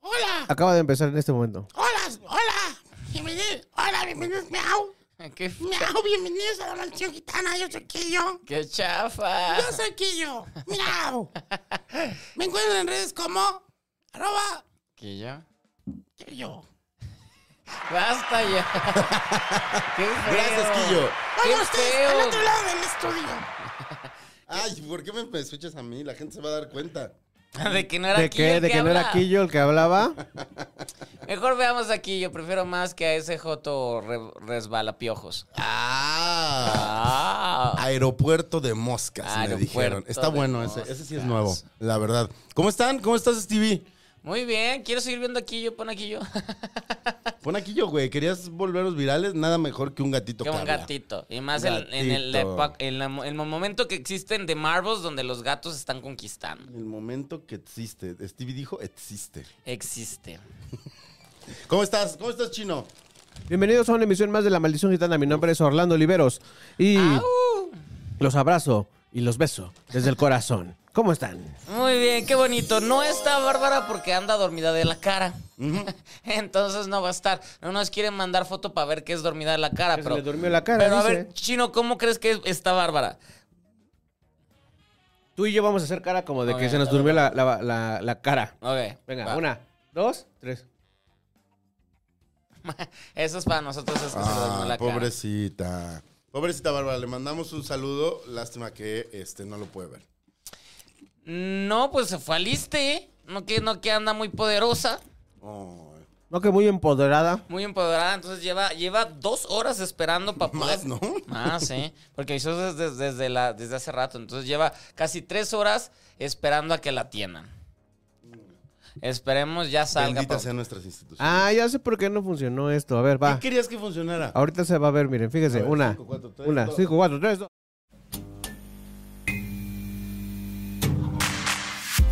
Hola, Acaba de empezar en este momento. hola, hola. Bienvenidos, hola, bienvenidos, miau. ¿Qué, f- Miau, bienvenidos a la mansión gitana. Yo soy Quillo. qué chafa? Yo soy Quillo. Miau. Me encuentran en redes como arroba ¿Qué yo? Quillo. ¡Basta ya! ¡Qué feo! Gracias, Quillo. ¡Qué Oigan ustedes feo! al otro lado del estudio. Ay, ¿por qué me me escuchas a mí? La gente se va a dar cuenta. ¿De que no era ¿De Quillo qué? el ¿De que no era habla? Quillo el que hablaba? Mejor veamos a Quillo. Prefiero más que a ese joto re- resbalapiojos. Ah. ¡Ah! Aeropuerto de moscas, Aeropuerto me dijeron. Está de bueno ese. Ese sí es moscas. nuevo, la verdad. ¿Cómo están? ¿Cómo estás, Stevie? Muy bien. Quiero seguir viendo a Quillo. Pon a Quillo. Pon aquí yo, güey. ¿Querías volveros virales? Nada mejor que un gatito Qué que un habla. gatito. Y más el- en el, Gatito. epo- en la- el momento que existen de Marvels donde los gatos están conquistando. El momento que existe. Stevie dijo existe. Existe. ¿Cómo estás? ¿Cómo estás, Chino? Bienvenidos a una emisión más de La Maldición Gitana. Mi nombre es Orlando Oliveros. Y los abrazo y los beso desde el corazón. ¿Cómo están? Muy bien, qué bonito. No está Bárbara porque anda dormida de la cara. Entonces no va a estar. No nos quieren mandar foto para ver qué es dormida de la cara, Que se pero. le durmió la cara, Pero a dice. ver, Chino, ¿cómo crees que está Bárbara? Tú y yo vamos a hacer cara como de que Ok. se nos durmió la, la- la- la cara. Ok. Venga, va. una, dos, tres. Eso es para nosotros, es que se le durmió Ah, la cara. pobrecita. Pobrecita Bárbara, le mandamos un saludo. Lástima que este no lo puede ver. No, pues se fue al Issste. No que, no que anda muy poderosa, Ay. No que muy empoderada. muy empoderada. Entonces lleva, lleva dos horas esperando para poder. Más, ¿no? Más, ¿eh? Porque eso es desde, desde la, desde hace rato. Entonces lleva casi tres horas esperando a que la atiendan. Esperemos ya salga. Bendita pa- sean nuestras instituciones. Ah, ya sé por qué no funcionó esto. A ver, va. Oh. ¿Qué querías que funcionara? Ahorita se va a ver, miren, fíjense. A ver, una, cinco, cuatro, tres, una, dos. cinco, cuatro, tres, dos.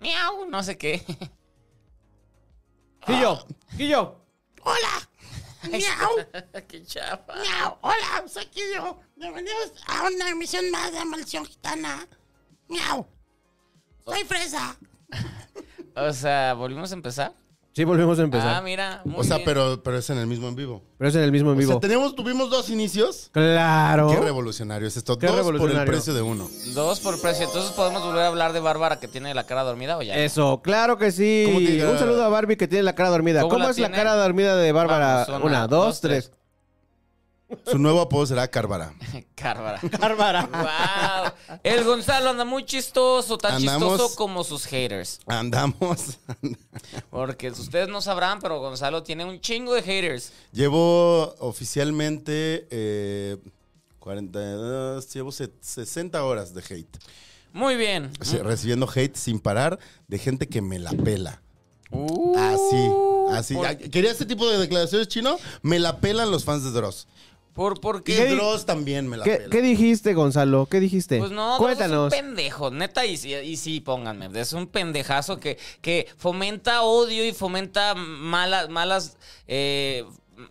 Miau, no sé qué. Ah. Quillo, Quillo. Hola. Miau, qué chafa. miau. Hola, soy Quillo. Bienvenidos a Ah, una emisión más de la mansión gitana. Miau. Soy Fresa. O sea, ¿volvimos a empezar? Sí, volvemos a empezar. Ah, mira. muy O sea, bien. pero, pero es en el mismo en vivo. Pero es en el mismo en O vivo. sea, tenemos, tuvimos dos inicios. Claro. Qué revolucionario es esto. Qué dos por el revolucionario. precio de uno. Dos por precio. Entonces, ¿podemos volver a hablar de Bárbara que tiene la cara dormida o ya? Eso, claro que sí. ¿Cómo tiene la- Un saludo a Barbie que tiene la cara dormida. ¿Cómo ¿Cómo, la es la tiene? cara dormida de Bárbara? Vamos, una, dos, tres. Su nuevo apodo será Cárbara. Cárbara. Bárbara. wow. El Gonzalo anda muy chistoso, tan Andamos- chistoso como sus haters. Andamos. Porque ustedes no sabrán, pero Gonzalo tiene un chingo de haters. Llevo oficialmente eh, 42, llevo se- 60 horas de hate. Muy bien. O sea, recibiendo hate sin parar de gente que me la pela. Uh. Así, así. por- Ah, ¿Quería este tipo de declaraciones, chino? Me la pelan los fans de Dross. ¿Por, por Y qué? Dross también me la ¿Qué, pela. qué dijiste, Gonzalo? ¿Qué dijiste? Pues no, Cuéntanos. Es un pendejo, neta, y, sí- y sí, pónganme. Es un pendejazo que, que fomenta odio y fomenta malas, malas, eh,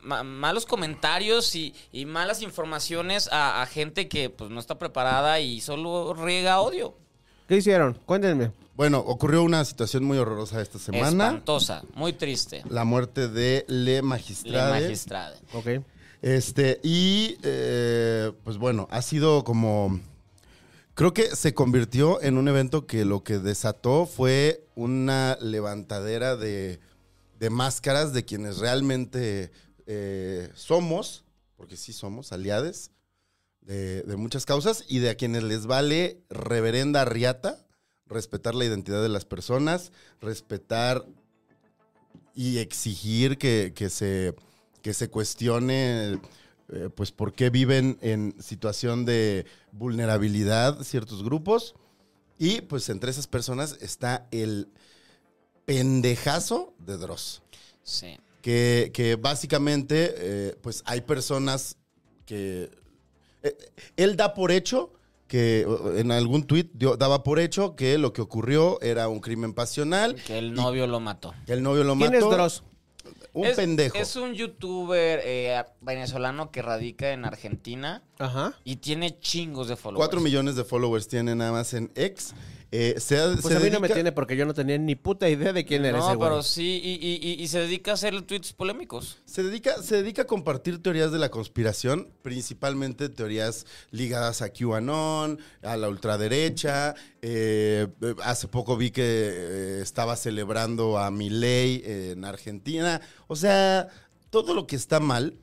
ma- malos comentarios y, y malas informaciones a, a gente que pues no está preparada y solo riega odio. ¿Qué hicieron? Cuéntenme. Bueno, ocurrió una situación muy horrorosa esta semana. Espantosa, muy triste. La muerte de Le La Magistrade. magistrada. Ok. Este, y eh, pues bueno, ha sido como. Creo que se convirtió en un evento que lo que desató fue una levantadera de, de máscaras de quienes realmente eh, somos, porque sí somos aliades de, de muchas causas, y de a quienes les vale reverenda riata respetar la identidad de las personas, respetar y exigir que, que se que se cuestione eh, pues por qué viven en situación de vulnerabilidad ciertos grupos. Y pues entre esas personas está el pendejazo de Dross. Sí. Que, que básicamente eh, pues hay personas que... eh, él da por hecho que eh, en algún tuit dio- daba por hecho que lo que ocurrió era un crimen pasional, Que el novio lo mató. que el novio lo ¿Quién mató. es Dross? Un Es- pendejo. Es un youtuber eh, venezolano que radica en Argentina Ajá. y tiene chingos de followers. 4 millones de followers tiene nada más en X. Eh, se, ha- Pues se a mí no me dedica- tiene porque yo no tenía ni puta idea de quién era No, ese güey. pero sí, y, y- y- y se dedica a hacer tweets polémicos. se dedica, se dedica a compartir teorías de la conspiración, principalmente teorías ligadas a QAnon, a la ultraderecha. Eh, eh, hace poco vi que eh, estaba celebrando a Milei en Argentina. O sea, todo lo que está mal,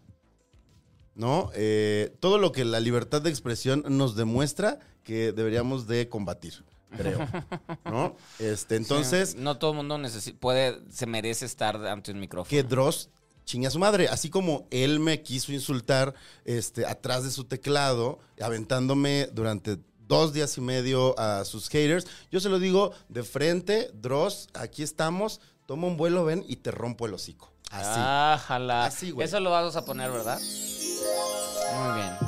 ¿no? Eh, todo lo que la libertad de expresión nos demuestra que deberíamos de combatir, creo. ¿No? Este, entonces, Sí, no todo el mundo necesi- puede, se merece estar ante un micrófono. que Dross chingue a su madre. Así como él me quiso insultar este, atrás de su teclado, aventándome durante dos días y medio a sus haters, yo se lo digo de frente, Dross, aquí estamos, toma un vuelo, ven y te rompo el hocico. Así. Ah, jala. Así, güey. Eso lo vamos a poner, ¿verdad? Muy bien.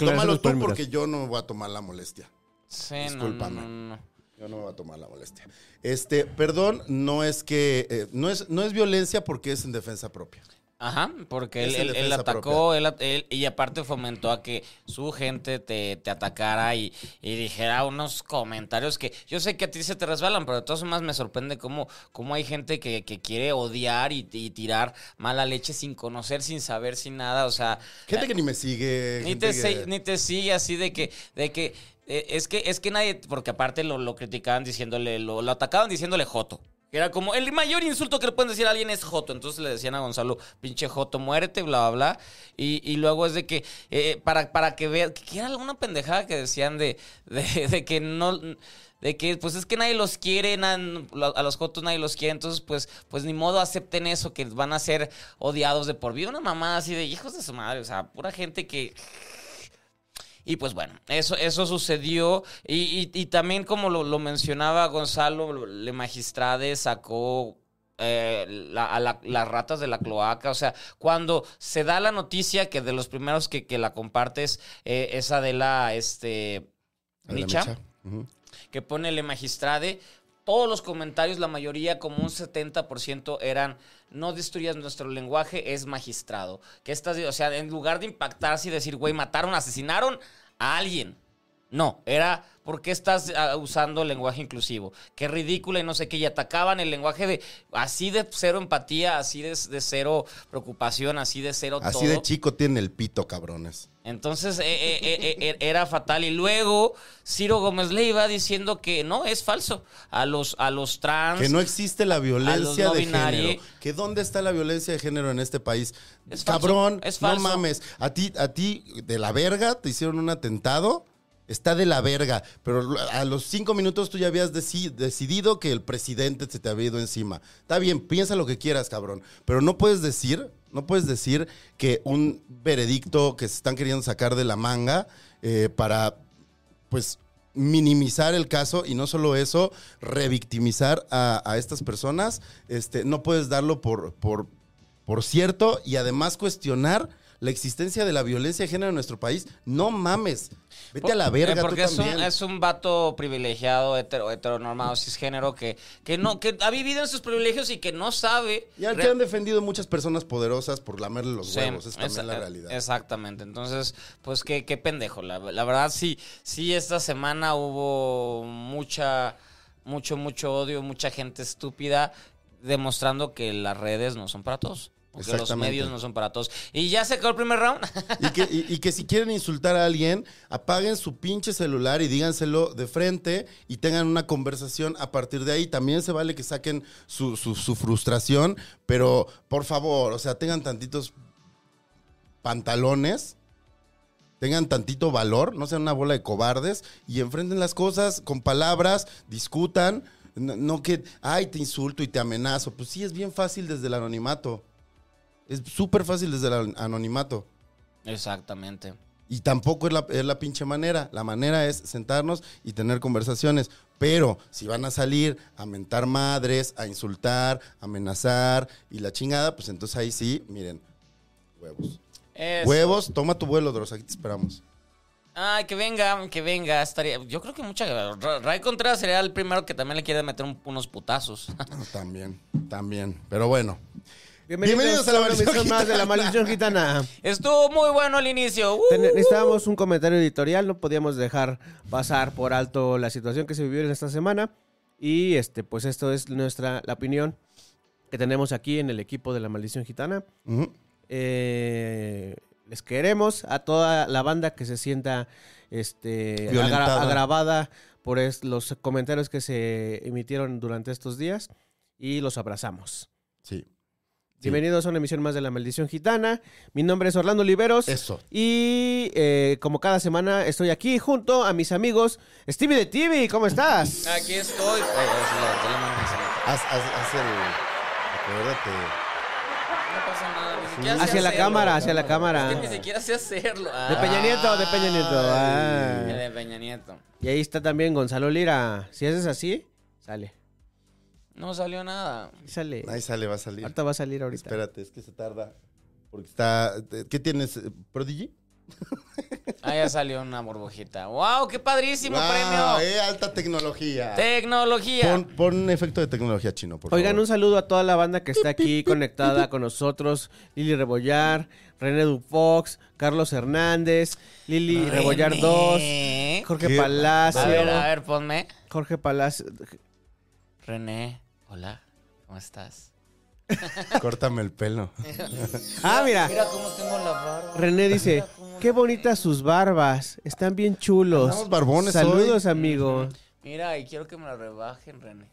Tómalo tú porque yo no me voy a tomar la molestia. Sí, no, Discúlpame. no, no, no. Yo no me voy a tomar la molestia. Este, perdón, no es que, eh, no, es, no es violencia porque es en defensa propia. Ajá, porque él, Es en él- él defensa atacó, él, at- él- y aparte fomentó a que su gente te, te atacara y, y dijera unos comentarios que yo sé que a ti se te resbalan, pero de todas formas me sorprende cómo, cómo hay gente que, que quiere odiar y, y tirar mala leche sin conocer, sin saber, sin nada, o sea... Gente que Eh, ni me sigue. Ni gente te, que- se- ni te sigue así de que, de que, eh, es que, es que nadie, porque aparte lo, lo criticaban diciéndole, lo, lo atacaban diciéndole Joto. Que Era como el mayor insulto que le pueden decir a alguien es Joto. Entonces le decían a Gonzalo, pinche Joto, muérete, bla, bla, bla. Y, y luego es de que, eh, para, para que vean, que era alguna pendejada que decían de, de, de que no, de que pues es que nadie los quiere, na- a los Jotos nadie los quiere. Entonces, pues, pues ni modo acepten eso, que van a ser odiados de por vida. Una mamada así de hijos de su madre, o sea, pura gente que y pues bueno, eso, eso sucedió. Y, y- y también, como lo, lo mencionaba Gonzalo, Le Magistrade sacó eh, la- a la- las ratas de la cloaca. O sea, cuando se da la noticia que de los primeros que, que la compartes, eh, esa de la este, A la Nicha, mecha. Ujú. que pone Le Magistrade. Todos los comentarios, la mayoría, como un 70%, eran no destruyas nuestro lenguaje, es magistrado. Que estas, o sea, en lugar de impactarse y decir, güey, mataron, asesinaron a alguien. No, era porque estás ah, usando el lenguaje inclusivo. Qué ridícula y no sé qué. Y atacaban el lenguaje de así de cero empatía, así de, de cero preocupación, así de cero todo. Así de chico tiene el pito, cabrones. Entonces eh, eh, eh, eh, era fatal. Y luego Ciro Gómez le iba diciendo que no, es falso. A los, a los trans. Que no existe la violencia no de binari. género. Que dónde está la violencia de género en este país. Es falso, Cabrón, es no falso. mames. A ti, a ti, de la verga, te hicieron un atentado. Está de la verga. Pero a los cinco minutos tú ya habías deci- decidido que el presidente se te había ido encima. Está bien, piensa lo que quieras, cabrón. Pero no puedes decir, no puedes decir que un veredicto que se están queriendo sacar de la manga eh, para pues minimizar el caso y no solo eso, revictimizar a, a estas personas, este, no puedes darlo por, por, por cierto y además cuestionar la existencia de la violencia de género en nuestro país, no mames. Vete a la Por- verga eh, Porque tú es, también. Un, es un vato privilegiado, hetero, heteronormado, cisgénero, que, que, no, que ha vivido en sus privilegios y que no sabe. Y al que re- han defendido muchas personas poderosas por lamerle los Sí, eh, huevos, es también esa- la realidad. Exactamente. Entonces, pues qué, qué pendejo. La, la verdad, sí, sí, esta semana hubo mucha, mucho, mucho odio, mucha gente estúpida, demostrando que las redes no son para todos. o Que los Exactamente. medios no son para todos. Y ya se acabó el primer round. Y que, y- y que si quieren insultar a alguien, apaguen su pinche celular y díganselo de frente y tengan una conversación a partir de ahí. También se vale que saquen su, su- su frustración, pero por favor, o sea, tengan tantitos pantalones, tengan tantito valor, no sean una bola de cobardes y enfrenten las cosas con palabras, discutan. No, no que, ay, te insulto y te amenazo. Pues sí, es bien fácil desde el anonimato. Es súper fácil desde el anonimato. Exactamente. Y tampoco es la, es la pinche manera. La manera es sentarnos y tener conversaciones. Pero si van a salir a mentar madres, a insultar, amenazar y la chingada, pues entonces ahí sí, miren, huevos. Es- Huevos, toma tu vuelo, Dross, aquí te esperamos. Ay, que venga, que venga. Estaría, yo creo que mucha. Ra- Ray Contreras sería el primero que también le quiere meter un- unos putazos. Ah, También, también. Pero bueno. Bienvenidos, a la maldición maldición más de la gitana. maldición gitana. Estuvo muy bueno el inicio. ¡Uh! Ten- Necesitábamos un comentario editorial, no podíamos dejar pasar por alto la situación que se vivió en esta semana. Y este, pues esto es nuestra la opinión que tenemos aquí en el equipo de la maldición gitana. Ujú. Eh, les queremos a toda la banda que se sienta este, Violentada. agra- agravada por es- los comentarios que se emitieron durante estos días y los abrazamos. Sí. Bienvenidos a una emisión más de La Maldición Gitana. Mi nombre es Orlando Oliveros. Eso. Y eh, como cada semana estoy aquí junto a mis amigos Stevie de TV. ¿Cómo estás? Aquí estoy. Ay, ay, sí, levanté la mano, sí. Haz, haz- haz el. Acuérdate. No pasa nada, ni siquiera sé Hacia la hacerlo. cámara, hacia la cámara. Es que ni siquiera sé hacerlo. Ah, De Peña Nieto, de Peña Nieto. Ah. el de Peña Nieto. Y ahí está también Gonzalo Lira. Si haces así, sale. No salió nada. Ahí Sale. Ahí sale, va a salir. Ahorita va a salir ahorita. Espérate, es que se tarda. Porque está. ¿Qué tienes? ¿Prodigy? Ah, ya salió una burbujita. ¡Wow! ¡Qué padrísimo Wow, premio! eh, alta tecnología. Tecnología. Pon, pon efecto de tecnología chino, por Oigan, un favor. saludo a toda la banda que está aquí conectada con nosotros. Lili Rebollar, René Dufox, Carlos Hernández, Lili René. Rebollar 2, Jorge Qué- Palacio. A ver, a ver, ponme. Jorge Palacio. René, hola. ¿Cómo estás? Córtame el pelo. Ah, mira. Mira cómo tengo la barba. René dice, qué bonitas sus barbas, están bien chulos. Andamos barbones Saludos, amigo. Mira, y quiero que me la rebajen, René.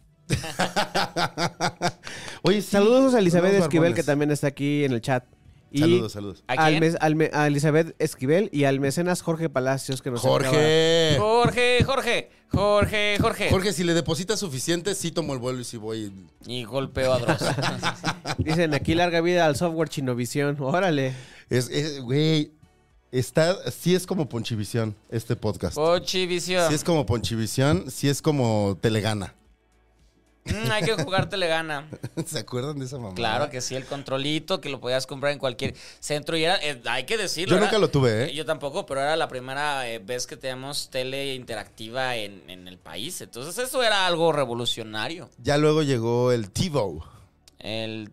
Oye, sí, Saludos a Elizabeth unos Esquivel, barbones. que también está aquí en el chat. Y Saludos, saludos. ¿A al quién? mes- al me- a Elizabeth Esquivel y al mecenas Jorge Palacios, que nos acaba- Jorge. Jorge, Jorge, Jorge, Jorge. Jorge, si le depositas suficiente, sí tomo el vuelo y sí voy. Y golpeo a Dross. Dicen, aquí larga vida al software Chinovisión. Órale. Es, es- güey, está, sí es como Ponchivisión este podcast. Pochivisión. Sí es como Ponchivisión, sí es como Telegana. Mm, hay que jugar Telegana. ¿Se acuerdan de esa mamá? Claro que sí, el controlito que lo podías comprar en cualquier centro. Y era, eh, hay que decirlo. Yo era- nunca lo tuve, ¿eh? Yo tampoco, pero era la primera eh, vez que teníamos tele interactiva en, en el país. Entonces, eso era algo revolucionario. Ya luego llegó el TiVo. El,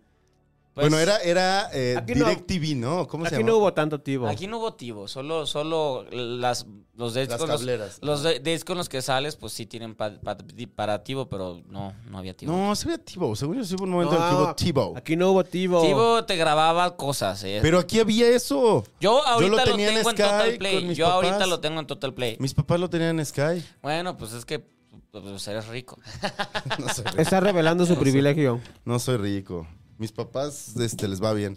pues, bueno, era, era eh, Aquí no- DirecTV, ¿no? ¿Cómo se Aquí llama? no hubo tanto tivo. Aquí no hubo tivo, solo, solo las, los dates Las con tableras. los, los de- dates con los que sales, pues sí tienen pa- pa- di- para tivo, pero no, no había tivo. No, se veía Tivo. Según yo, sí hubo un momento en el que No, hubo Tivo. Aquí no hubo tivo. Tivo te grababa cosas. eh. Pero aquí había eso. yo ahorita lo lo, tenía en tengo en Sky Total con Play. mis Yo ahorita papás. lo tengo en Total Play. Mis papás lo tenían en Sky. Bueno, pues es que pues, eres rico. No soy, rico. Está revelando su privilegio. No soy rico. Mis papás este, les va bien.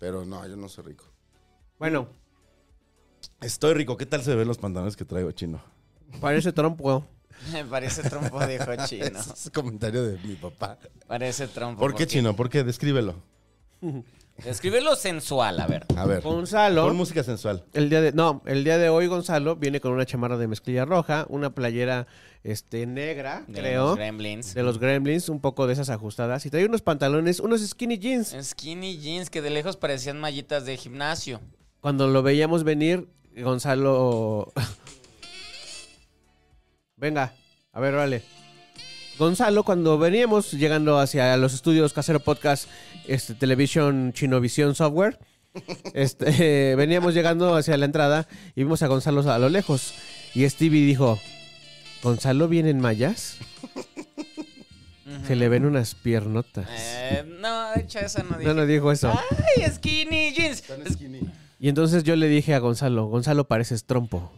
Pero no, yo no soy rico. Bueno, Estoy rico. ¿Qué tal se ven los pantalones que traigo, chino? parece trompo. Me parece trompo, dijo Chino. Ese es el comentario de mi papá. Parece trompo. ¿Por qué, chino? ¿Por qué? Descríbelo. Escríbelo sensual, a ver. A ver. Gonzalo. Con música sensual. El día de, no, el día de hoy Gonzalo viene con una chamarra de mezclilla roja, una playera este, negra, De creo, los Gremlins. de los Gremlins, un poco de esas ajustadas. Y trae unos pantalones, unos skinny jeans. Skinny jeans que de lejos parecían mallitas de gimnasio. Cuando lo veíamos venir, Gonzalo. Venga, a ver, vale. Gonzalo, cuando veníamos llegando hacia los estudios Casero Podcast, este, Televisión Chinovisión Software, este, eh, veníamos llegando hacia la entrada y vimos a Gonzalo a lo lejos. Y Stevie dijo: ¿Gonzalo viene en mayas? Se le ven unas piernotas. Eh, no, de hecho, esa no dije. No, no dijo eso. Ay, skinny jeans. Tan skinny. Y entonces yo le dije a Gonzalo, Gonzalo pareces trompo.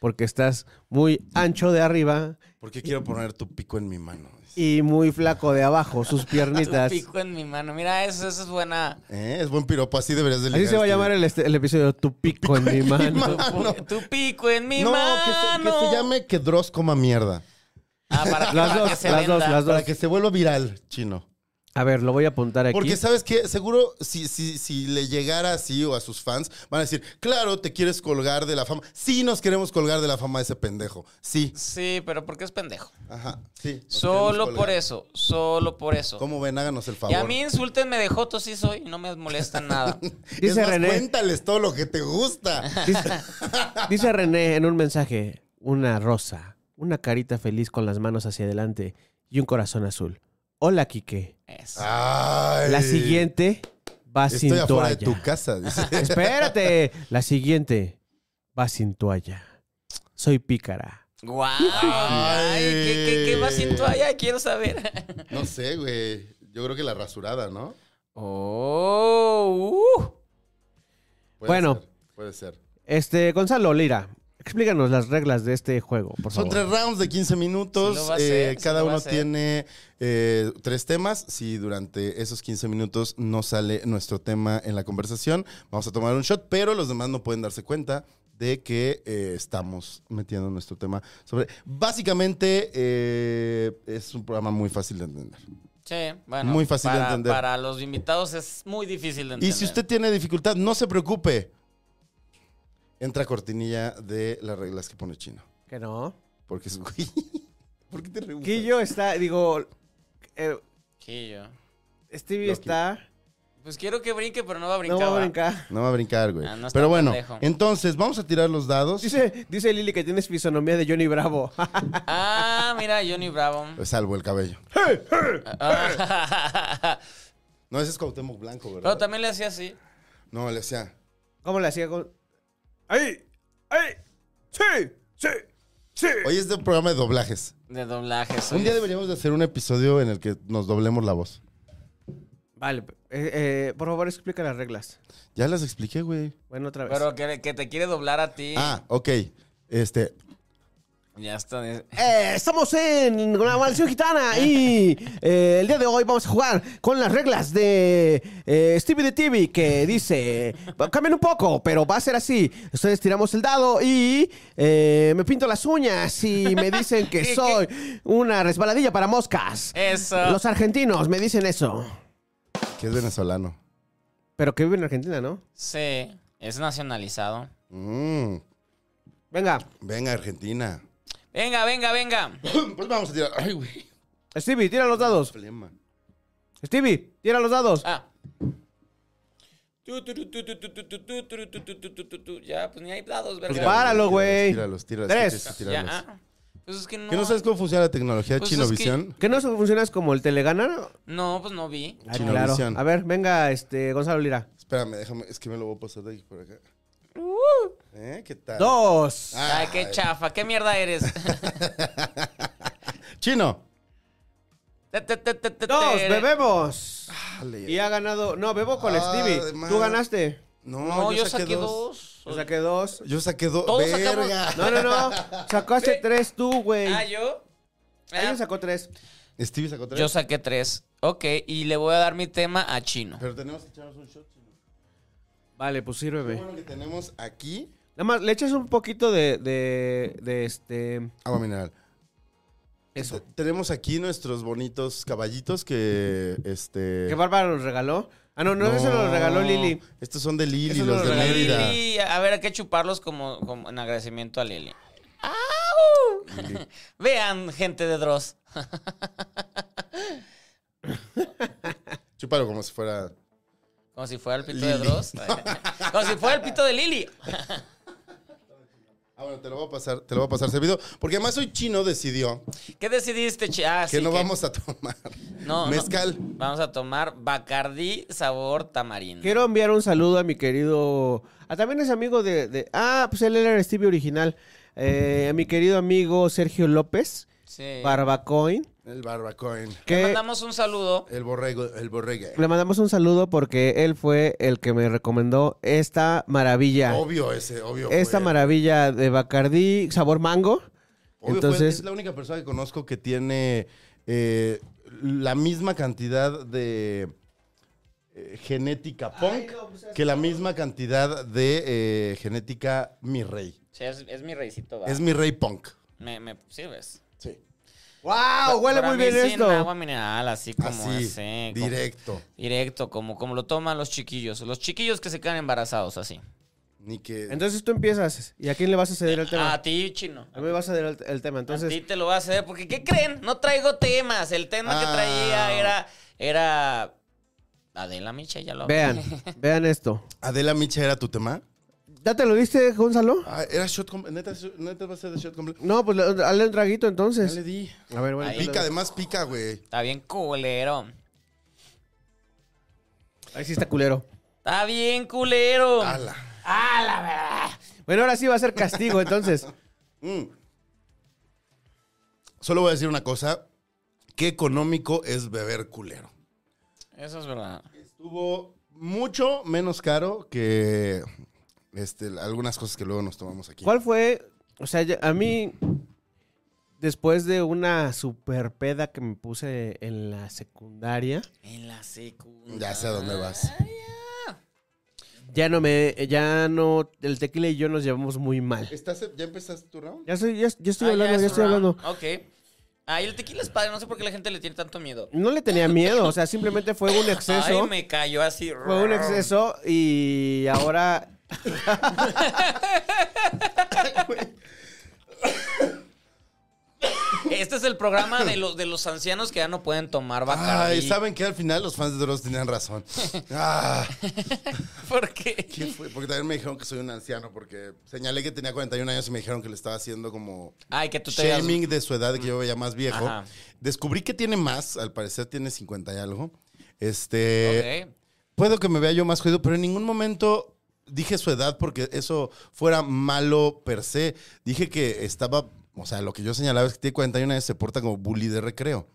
Porque estás muy ancho de arriba ¿Por qué quiero poner tu pico en mi mano? y muy flaco de abajo, sus Un piernitas. pico en mi mano. Mira, eso, eso es buena. ¿Eh? Es buen piropo, así deberías de Así ligar, se va a Stevie. llamar el, este- el episodio, tu pico en mi mano. Ah, no. Tu pico en mi No, que se, mano. que se llame que Dross coma mierda. Ah, para, que- Las para que dos, se las dos, venda. las dos. Para que se vuelva viral, chino. A ver, lo voy a apuntar aquí. Porque, ¿sabes qué? Seguro, si, si, si le llegara así o a sus fans, van a decir, claro, te quieres colgar de la fama. Sí nos queremos colgar de la fama de ese pendejo. Sí. Sí, pero porque es pendejo. Ajá, sí. nos queremos Solo colgar. por eso, solo por eso. ¿Cómo ven? Háganos el favor. Y a mí insultenme de joto sí soy, no me molestan nada. Dice es más, René. cuéntales todo lo que te gusta. Dice, dice René en un mensaje, una rosa, una carita feliz con las manos hacia adelante y un corazón azul. Hola, Quique. Eso. Ah. Ay. La siguiente va Estoy sin afuera toalla. de tu casa. dice. Espérate. La siguiente va sin toalla. Soy pícara. Guau. Ay, ¿qué, qué, qué va sin toalla? Quiero saber. No sé, güey. Yo creo que la rasurada, ¿no? Oh, uh. Puede Bueno. ser, puede ser. Este, Gonzalo Lira, explícanos las reglas de este juego, por Son favor. tres rounds de 15 minutos. Sí lo va a eh, hacer, sí cada lo va a uno hacer. tiene eh, tres temas. Si durante esos 15 minutos no sale nuestro tema en la conversación, vamos a tomar un shot, pero los demás no pueden darse cuenta de que eh, estamos metiendo nuestro tema sobre... Básicamente eh, es un programa muy fácil de entender. Sí, bueno. Muy fácil de para- entender. Para los invitados es muy difícil de entender. Y si usted tiene dificultad, no se preocupe. Entra cortinilla de las reglas que pone Chino. Que no. Porque es... ¿Por qué te rehusas? Quillo está, digo, eh, Quillo. Stevie Loki. está. Pues quiero que brinque, pero no va a brincar. No va a ¿va? brincar. No va a brincar, güey. Ah, no está Pero bueno, pendejo. entonces vamos a tirar los dados. Dice, dice Lili que tienes fisonomía de Johnny Bravo. Ah, mira, Johnny Bravo. pues, Salvo el cabello. Ah. No, ese es Cuauhtémoc Blanco, ¿verdad? pero también le hacía así. No, le decía. ¿Cómo le hacía con.? ¡Ay! ¡Ay! ¡Sí! ¡Sí! ¡Sí! Hoy es de un programa de doblajes. De doblajes. Un día deberíamos de hacer un episodio en el que nos doblemos la voz. Vale, eh, eh, por favor explica las reglas. Ya las expliqué, güey. Bueno, otra vez. Pero que, que te quiere doblar a ti. Ah, ok. Este, Ya está. de- Eh, estamos en una maldición gitana y eh, el día de hoy vamos a jugar con las reglas de eh, Stevie de TV que dice, "Va- cambian un poco, pero va a ser así. Ustedes tiramos el dado y eh, me pinto las uñas y me dicen que ¿Qué- soy una resbaladilla para moscas. Eso. Los argentinos me dicen eso. que es venezolano. Pero que vive en Argentina, ¿no? Sí. Es nacionalizado. Mm, Venga, venga, Argentina. Venga, venga, venga. Pues vamos a tirar. Ay, güey. Stevie, tira los dados. Flema. Stevie, tira los dados. Ah. Tu, tu, tu, tu, tu, tu, tu, tu, tu, tu, tu, tu, tu, tu, tu, tu. Ya, pues ni hay dados, verga. Pues Páralo, güey. Tíralos, tíralos. Tres. tíralos, ya. tíralos. ah. Pues es que no. ¿Que no sabes cómo funciona la tecnología Pues es que- Chinovisión? ¿Que no funcionas como el telegana? No, pues no vi. Ah, Chino claro. Visión. A ver, venga, este, Gonzalo Lira. Espérame, déjame, es que me lo voy a pasar de aquí por acá. Uh. ¿Eh? ¿Qué tal? Dos. Ay, qué chafa, qué mierda eres. Chino. Te, te, te, te, te, Dos, te- bebemos. Dale. Y ha ganado. No, bebo con Ah, Stevie. de más. Tú ganaste. No, No, yo saqué dos. Yo saqué dos. Yo saqué dos. Todos Verga. sacamos- No, no, no. Sacaste tres tú, güey. Ah, yo. Ah, Alguien sacó tres. Stevie sacó tres. yo saqué tres. Ok, y le voy a dar mi tema a Chino. Pero tenemos que echarnos un shot, chino. Vale, pues Qué sírveme. bueno que tenemos aquí Nada más, le echas un poquito de, de, de este. agua mineral. Eso. Te- Tenemos aquí nuestros bonitos caballitos que este. Que Bárbara nos regaló. Ah, no, no, eso lo regaló Lili. Estos son de Lili, Eso los nos de lo regaló Mérida. Lili, a ver, hay que chuparlos como, como en agradecimiento a Lili. Lili. Vean, gente de Dross. Chúpalo como si fuera. Como si fuera el pito de Dross. Como si fuera el pito de Lili. Ah, bueno, te lo voy a pasar, te lo voy a pasar servido. Porque además hoy chino decidió ¿Qué decidiste, Che? Ah, que sí, no vamos a tomar No, no. mezcal. Vamos a tomar Bacardí sabor tamarindo. Quiero enviar un saludo a mi querido. A también es amigo de. de- ah, pues él era el Stevie original. Eh, a mi querido amigo Sergio López, Sí. Barbacoin. El barbacoin. Le Que Eh. mandamos un saludo. El borrego, el borregue. le mandamos un saludo porque él fue el que me recomendó esta maravilla. Obvio ese, obvio. esta fue. maravilla de Bacardí, sabor mango. Obvio fue, Entonces, es la única persona que conozco que tiene eh, la misma cantidad de eh, genética punk que la misma cantidad de eh, genética mi rey. Sí, es, es mi reycito. va. Es mi rey punk. Me, me sirves. Sí. ¡Wow! Ah, Huele Pero a muy mí bien sin esto. agua mineral, así como Así, ese, como- directo. directo, como, como lo toman los chiquillos. Los chiquillos que se quedan embarazados, así. Ni que... Entonces tú empiezas. ¿Y a quién le vas a ceder el tema? A ti, chino. Ah, A mí me vas a ceder el, el tema. a ti Entonces, te lo vas a hacer porque ¿qué creen? No traigo temas. El tema que Ah. traía era era Adela Micha, ya lo vean, vean esto. Adela Micha era tu tema. ¿Ya te lo diste, Gonzalo? Ah, era shot completo. Neta, neta va a ser de shot completo. No, pues le- dale un traguito Ya le entonces. di. A ver, bueno. tú le- Ahí. Pues, Pica, además pica, güey. Está bien culero. Ahí sí está culero. Está bien culero. Ala. Bueno, ahora sí va a ser castigo, entonces. Mm. Solo voy a decir una cosa. Qué económico es beber culero. Eso es verdad. Estuvo mucho menos caro que este, algunas cosas que luego nos tomamos aquí. ¿Cuál fue? O sea, ya- a mí, después de una super peda que me puse en la secundaria, En la secundaria. Ya sé a dónde vas. ya no me, ya no, el tequila y yo nos llevamos muy mal. ¿Estás- ¿Ya empezaste tu round? Ya, soy, ya, ya estoy Ah, hablando, es ya estoy verdad. hablando. Ok. Ah, y el tequila es padre. No sé por qué la gente le tiene tanto miedo. No le tenía miedo, o sea, simplemente fue un exceso. Ay, me cayó así. Fue un exceso y ahora. Este es el programa de los, de los ancianos que ya no pueden tomar Bacardi. Ay, ¿saben que Al final los fans de Dross tenían razón. Ah, ¿Por qué? ¿qué fue? Porque también me dijeron que soy un anciano, porque señalé que tenía 41 años y me dijeron que le estaba haciendo como Ay, que tú te digas- shaming de su edad, que yo veía más viejo. Ajá. Descubrí que tiene más, al parecer tiene 50 y algo. Este... Ok. Puedo que me vea yo más jodido, pero en ningún momento dije su edad porque eso fuera malo per se. Dije que estaba, o sea, lo que yo señalaba es que tiene 41 años se porta como bully de recreo,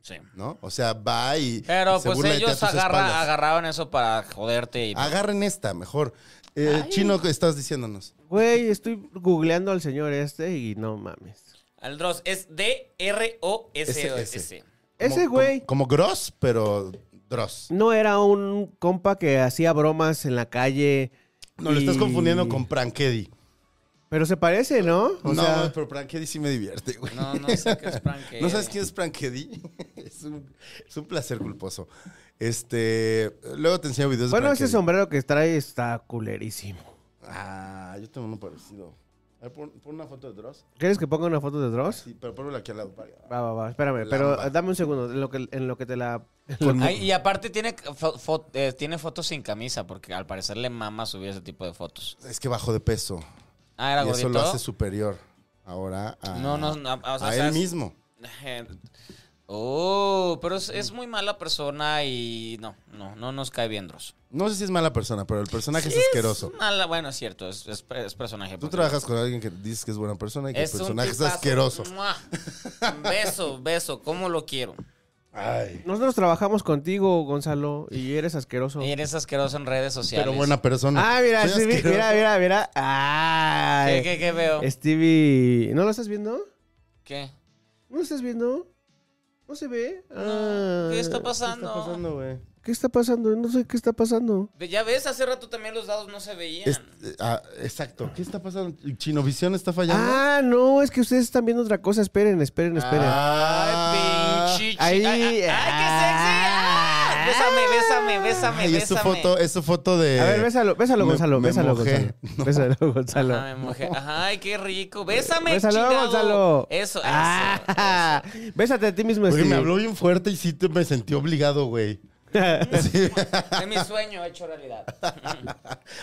Sí. ¿no? O sea, va y Pero se pues burla de ti a ellos tus agarra- espaldas. Ah. agarraron eso para joderte y... Agarren esta, mejor. Eh, Chino, ¿qué estás diciéndonos? Güey, estoy googleando al señor este y no mames. Al Dross es D-R-O-S-S. S-S. Como- Ese güey Como, como Gross, pero Dross. no era un compa que hacía bromas en la calle. No, lo y- estás confundiendo Mm. con Prankedy. Pero se parece, ¿no? O no, sea, pero Prankedy sí me divierte, güey. No, no sé qué es Frankie. ¿No sabes quién es Frank Eddy? es, un, es un placer culposo. Este, luego te enseño videos bueno, de Frank ese Eddy. sombrero que trae está culerísimo. Ah, yo tengo uno parecido. A ver, pon, pon una foto de Dross. ¿Quieres que ponga una foto de Dross? Sí, pero ponlo aquí al lado. para- Va, va, va, espérame, La pero amba. eh, dame un segundo en lo que, en lo que te la... Ay, y aparte tiene, fo- fo- eh, tiene fotos sin camisa, porque al parecer le mama subir ese tipo de fotos. Es que bajó de peso. Ah, era y eso lo gordito. hace superior ahora a, No, no, no, o sea, a o sea, él es- mismo. Eh, Oh, pero es, es muy mala persona y no, no, no nos cae bien Dross. No sé si es mala persona, pero el personaje es asqueroso. Mala, bueno, es cierto, es, es- es personaje. Tú porque- trabajas con alguien que dices que es buena persona y que Es el un personaje es tipazo. asqueroso. ¡Mua! Beso, beso, cómo lo quiero. Ay. Nosotros trabajamos contigo, Gonzalo, y eres asqueroso. Y eres asqueroso en redes sociales. Pero buena persona. Ah, mira, Soy Stevie, asqueroso. mira, mira, mira. Ay, ¿Qué, qué, qué veo? Stevie, ¿no lo estás viendo? ¿Qué? ¿No lo estás viendo? ¿No se ve? Ah, Ah, No, ¿qué está pasando? ¿Qué está pasando, güey? ¿Qué está pasando? No sé qué está pasando. Ve, Ya ves, hace rato también los dados no se veían. Es- eh, ah, exacto. ¿Qué está pasando? ¿Chinovisión está fallando? Ah, no, es que ustedes están viendo otra cosa. Esperen, esperen, esperen. Ah. Ay, pinche. ahí- chi- Ay, ay, ay, qué sexy. Ah, bésame, bésame, bésame, Ay, bésame. es su foto, es su foto de. A ver, bésalo, bésalo, me- Gonzalo, me bésalo, mojé. Gonzalo. Bésalo, Gonzalo. Ajá, Ah, me mojé. Ay, qué rico. Bésame, Bésalo, chingado. Gonzalo. Eso, eso. Ah, Bésate a ti mismo, este, Oye, Stevie. me habló bien fuerte y sí te- me sentí obligado, güey. Es mi sueño hecho realidad.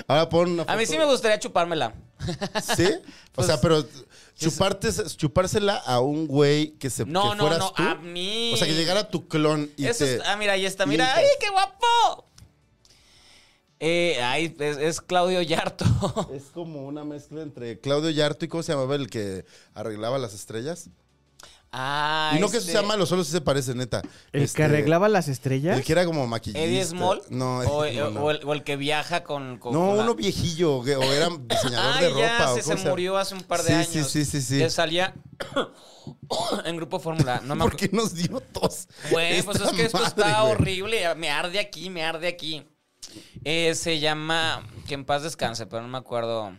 Ahora pon una foto. A mí sí Pues, me gustaría chupármela. ¿Sí? O sea, pero chuparte, chupársela a un güey que se No, que no, fueras no, tú. a mí. O sea, que llegara tu clon y Eso te... es- ah, mira, ahí está. Mira, Mientras. ¡ay, qué guapo! Eh, ay, es, es Claudio Yarto. Es como una mezcla entre Claudio Yarto y ¿cómo se llamaba el que arreglaba las estrellas? ah, y no que este, sea malo, solo sí se parece, neta. ¿El Este, que arreglaba las estrellas? El que era como maquillista. Eddie Small. No, o, eh, e, Eddie Small, o- no. o el, o el que viaja con. con- No, con la- uno viejillo, que- o era diseñador de Ay, ya, ropa. o se, se cómo llama. murió hace un par de Sí, años. sí, sí, sí, sí. Que salía en Grupo Fórmula. No me ¿Por acuerdo. qué nos dio tos? Güey, pues Esta es que esto madre, está güey. horrible. Me arde aquí, me arde aquí. Eh, se llama. Que en paz descanse, pero no me acuerdo.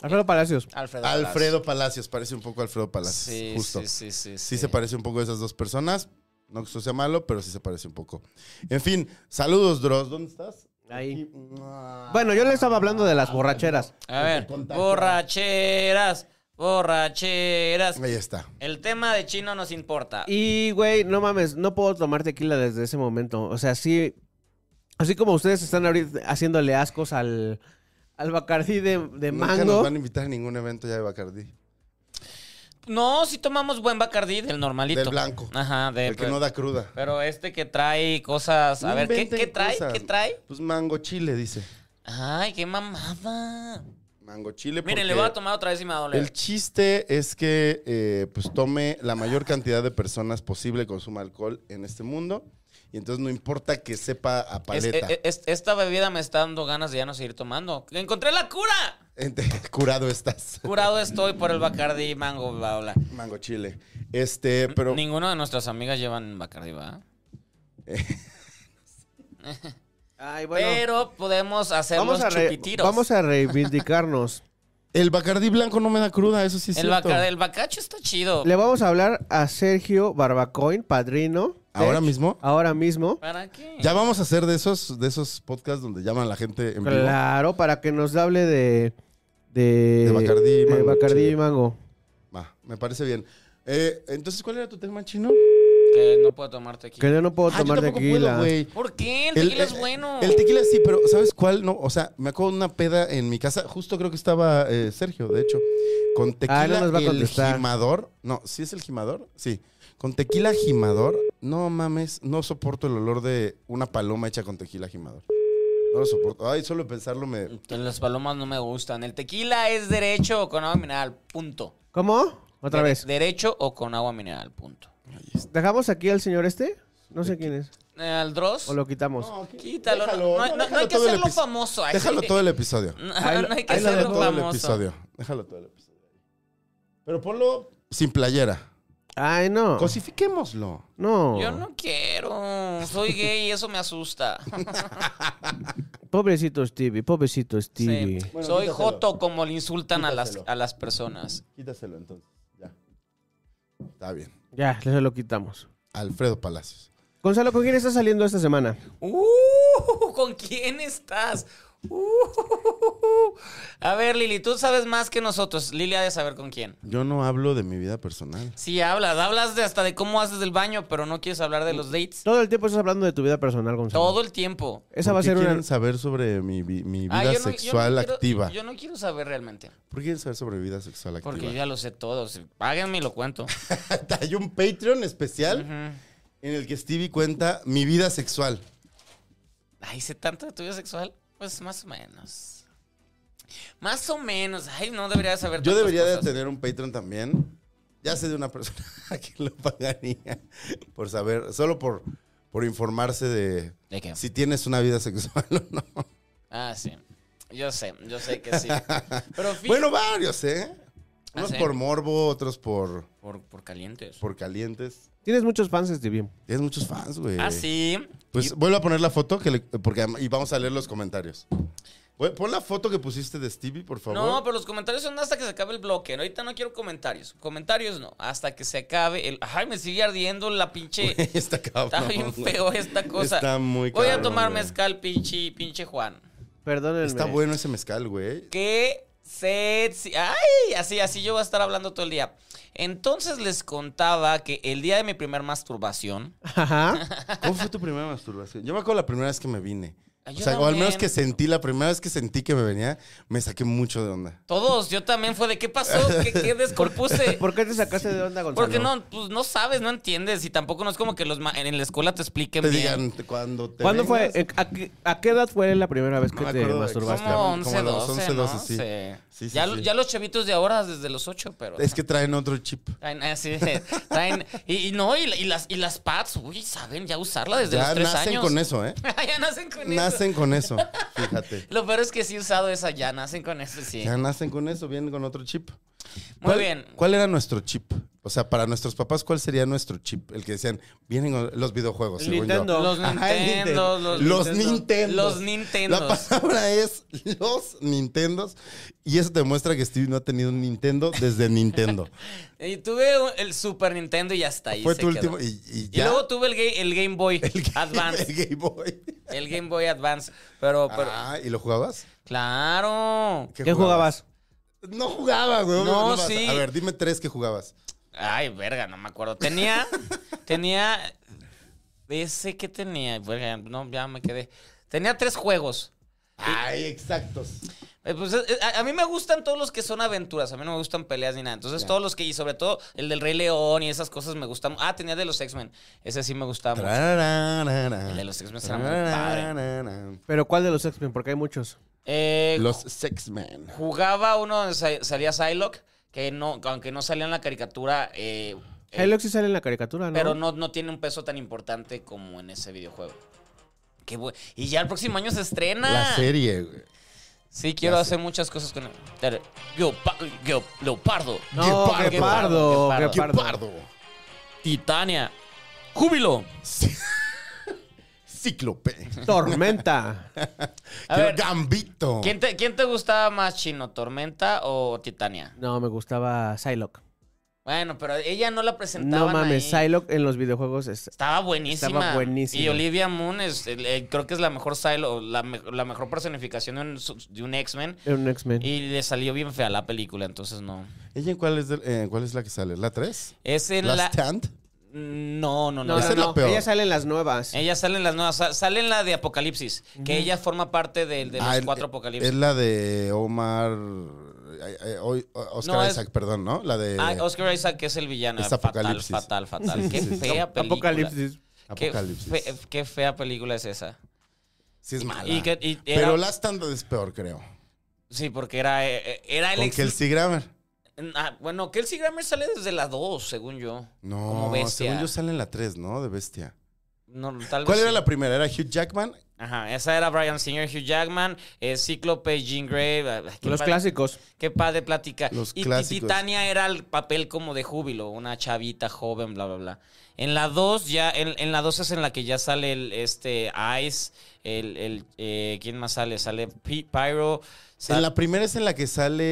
Alfredo Palacios. Alfredo. Palacios. Alfredo Palacios, parece un poco Alfredo Palacios. Sí, justo. sí, sí, sí, sí sí. se parece un poco a esas dos personas. No que esto sea malo, pero sí se parece un poco. En fin, saludos, Dross. ¿Dónde estás? Ahí. Bueno. Bueno, yo le estaba hablando de las borracheras. A ver, borracheras, borracheras. Ahí está. El tema de chino nos importa. Y, güey, no mames, no puedo tomar tequila desde ese momento. O sea, sí. Así como ustedes están ahorita haciéndole ascos al, al Bacardí de, de Nunca nos mango. van a invitar a ningún evento ya de Bacardi. Eh, No, si tomamos buen Bacardí, del normalito. Del blanco. Ajá, de, pues, El que no da cruda. Pero este que trae cosas. A No ver, ¿qué, inventen qué trae? cosas. ¿Qué trae? Pues mango chile, dice. Ay, qué mamada. Mango chile. Miren, le porque voy a tomar otra vez y me va a doler. El chiste es que eh, pues tome la mayor cantidad de personas posible consuma alcohol en este mundo. Y entonces no importa que sepa a Es- eh, paleta. es- es- esta bebida me está dando ganas de ya no seguir tomando. ¡Encontré la cura! Ente- curado estás. Curado estoy por el Bacardi Mango, bla, bla. Mango chile. Este, pero. Ninguno de nuestras amigas llevan Bacardi, ¿va? Ay, bueno. Pero podemos hacer Vamos a, los re- chupitiros. vamos a reivindicarnos. El bacardí blanco no me da cruda, eso sí es El, cierto. baca- el bacacho está chido. Le vamos a hablar a Sergio Barbacoin, padrino. de- ¿Ahora mismo? Ahora mismo. ¿Para qué? Ya vamos a hacer de esos, de esos podcasts donde llaman a la gente en vivo. Claro, para que nos hable de. De, De Bacardí, de mango, Bacardí chile. y mango. Va, me parece bien. Eh, entonces, ¿cuál era tu tema chino? Que no puedo tomar tequila. Que yo no puedo Ah, yo tomar tampoco tequila. puedo, güey. ¿Por qué? El tequila es bueno. eh, El tequila sí, pero ¿sabes cuál? No, o sea, me acuerdo de una peda en mi casa, justo creo que estaba eh, Sergio, de hecho, con tequila Ah, no nos va a el contestar. jimador. No, ¿sí es el jimador? Sí. Con tequila jimador, no mames, no soporto el olor de una paloma hecha con tequila jimador. No lo soporto. Ay, solo pensarlo me... Entonces, Las palomas no me gustan. El tequila es derecho o con agua mineral, punto. ¿Cómo? Otra De- vez. Derecho o con agua mineral, punto. ¿Dejamos aquí al señor este? No sé quién es. Eh, Al Dross, ¿O lo quitamos? quítalo. Déjalo, no, no- no, no déjalo hay que todo el hacerlo episodio. famoso. ay, Déjalo sí. todo el episodio. No, Ahí lo- no hay que ahí lo hacerlo Déjalo todo el famoso. episodio. Déjalo todo el episodio. Pero ponlo sin playera. Ay, no. Cosifiquémoslo. No. Yo no quiero. Soy gay y eso me asusta. Pobrecito Stevie, pobrecito Sí. Stevie. Bueno, Soy quítaselo. joto como le insultan a las, Quítaselo. a las personas. Quítaselo entonces. Ya. Está bien. Ya, se lo quitamos. Alfredo Palacios. Gonzalo, ¿con quién estás saliendo esta semana? Uh, ¿con quién estás? Uh. a ver, Lili, tú sabes más que nosotros. Lili ha de saber con quién. Yo no hablo de mi vida personal. Sí, hablas, hablas de hasta de cómo haces el baño, pero no quieres hablar de los dates. Todo el tiempo estás hablando de tu vida personal, Gonzalo. Todo el tiempo. Esa ¿Por va a qué ser una... quieren saber sobre mi, vi- mi vida Ah, yo no- yo no sexual quiero- activa? Yo no quiero saber realmente. ¿Por qué quieren saber sobre mi vida sexual activa? Porque yo ya lo sé todo. Si- Páguenme y lo cuento. Hay un Patreon especial en el que Stevie cuenta mi vida sexual. Ay, ¿sé tanto de tu vida sexual? Pues más o menos. Más o menos. Ay, no debería de saber Yo tantas debería de cosas. tener un Patreon también. Ya sé de una persona que lo pagaría por saber, solo por, por informarse de ¿De qué? si tienes una vida sexual o no. Ah, sí. Yo sé, yo sé que sí. Pero fíjate. Bueno, varios, ¿eh? Ah, Unos ¿sí? por morbo, otros por, por, por calientes. por calientes. Tienes muchos fans, Stevie. Tienes muchos fans, güey. Ah, sí. Pues vuelvo a poner la foto que le- porque, am- y vamos a leer los comentarios. Güey, pon la foto que pusiste de Stevie, por favor. No, pero los comentarios son hasta que se acabe el bloque. Ahorita no quiero comentarios. Comentarios no. Hasta que se acabe el. Ay, me sigue ardiendo la pinche. Güey, está cabrón. Está bien güey. feo esta cosa. Está muy Voy a cabrón, tomar güey. mezcal, pinche, pinche Juan. Perdónenme. Está bueno ese mezcal, güey. Qué Sexy. Ay, así, así yo voy a estar hablando todo el día. Entonces les contaba que el día de mi primer masturbación. Ajá. ¿Cómo fue tu primera masturbación? Yo me acuerdo la primera vez que me vine. Ay, O Ah, yo sea, o al menos también. que sentí, la primera vez que sentí que me venía, me saqué mucho de onda. Todos, yo también fue de qué pasó, qué, qué descorpuse. ¿Por qué te sacaste de onda, Gonzalo? Eh, Porque no, pues no sabes, no entiendes. Y tampoco no es como que los ma- en la escuela te expliquen Te bien. digan te- cuando te ¿Cuándo fue? vengas. Eh, ¿A qué, a qué edad fue la primera vez No que me te acuerdo masturbaste? exactamente. como 11, Como a los 12, 11, ¿no? 12, sí. Sí, sí, ya, sí. ya los chavitos de ahora desde los 8, pero... Es que traen otro chip. Traen, así, traen- y, y no, y, la- y las, y las pads, uy, saben ya usarla desde ya los 3 nacen años. con eso, ¿eh? ya nacen con Nacen con eso, fíjate. eso. Lo peor es que sí he usado esa, ya nacen con eso, sí. Ya nacen con eso, vienen con otro chip. Muy ¿Cuál- bien. ¿Cuál era nuestro chip? O sea, para nuestros papás, ¿cuál sería nuestro chip? El que decían, vienen con los videojuegos, según Nintendo. Los Ajá, el Nintendo, Nintendo. los, Los Nintendos. Los yo. Nintendos. La palabra es los Nintendos. Y eso demuestra que Steve no ha tenido un Nintendo desde Nintendo. Y tuve un- el Super Nintendo y hasta ahí Fue se tu quedó. último. Y, y Y ya. luego tuve el, ga- el Game Boy el Game- Advance. el Game Boy. El Game Boy Advance. Pero, pero. Ah, ¿y lo jugabas? Claro. ¿Qué jugabas? No jugaba, güey. No, vas- sí. A ver, dime tres que jugabas. Ay, verga, no me acuerdo. Tenía. tenía. Ese que tenía. Verga, no, ya me quedé. Tenía tres juegos. Ay, exactos. Eh, pues, eh, a, a mí me gustan todos los que son aventuras. A mí no me gustan peleas ni nada. Entonces, todos los que. Y sobre todo el del Rey León y esas cosas me gustan. Ah, tenía de los X-Men. Ese sí me gustaba mucho. Tarararara. El de los X-Men era muy padre. Tarararara. ¿Pero cuál de los X-Men? Porque hay muchos. Eh, Los Sex Men. Jugaba uno donde sa- salía Psylocke. Que no, aunque no salía en la caricatura. eh, eh, Helix sí sale en la caricatura, ¿no? Pero no, no tiene un peso tan importante como en ese videojuego. Qué bu- Y ya el próximo año se estrena. La serie, güey. Sí, quiero hacer muchas cosas con él. Dale. Guepa- Gue- Leopardo. No, Guepardo. Guepardo. Guepardo. ¡Qué Guepardo. pardo! Titania. Júbilo. Cíclope. Tormenta. A Quiero ver, Gambito. ¿quién te, quién te gustaba más, Chino? ¿Tormenta o Titania? No, me gustaba Psylocke. Bueno, pero ella no la presentaba. No mames, Psylocke en los videojuegos es... Estaba buenísima. Estaba buenísima. Y Olivia Moon es, el- el- creo que es la mejor Silo, la, me- la mejor personificación de un, su- de un X-Men. Era un X-Men. Y le salió bien fea la película, entonces no. ¿Ella en cuál es, del- eh, cuál es la que sale? ¿La 3? Es en ¿La, la. Stand? No, no, no. No, Esa no, es la no. peor. Ella sale en las nuevas. Ella sale en las nuevas. sa- Sale en la de Apocalipsis. Que ella forma parte del- de, los Ah, el- cuatro Es Apocalipsis. la de Omar. eh, eh, hoy- Oscar No, es- Isaac, perdón, ¿no? La de. Ah, Oscar Isaac, que es el villano. es fatal, Apocalipsis. fatal, fatal. Sí, Qué sí, sí. fea película. Apocalipsis. Qué, Apocalipsis. fe- qué fea película es esa. sí, es mala. eh, Y que- y era- Pero la Stand es peor, creo. Sí, porque era, eh, era el Con ex- Kelsey Grammer. Ah, bueno, Kelsey Grammer sale desde la 2, según yo. No, Como bestia. según yo sale en la 3, ¿no? De bestia. No, tal vez ¿Cuál era sí. la primera? ¿Era Hugh Jackman? Ajá, esa era Brian Singer, Hugh Jackman, eh, Cíclope, Jean Grey. ah, Qué, Los pa- clásicos. qué padre plática. Los y, y clásicos. Titania era el papel como de júbilo, una chavita joven, bla, bla, bla. En la 2 ya, en, en la 2 es en la que ya sale el, este Ice, el, el, eh, ¿quién más sale? Sale P- Pyro. sal- En la primera es en la que sale,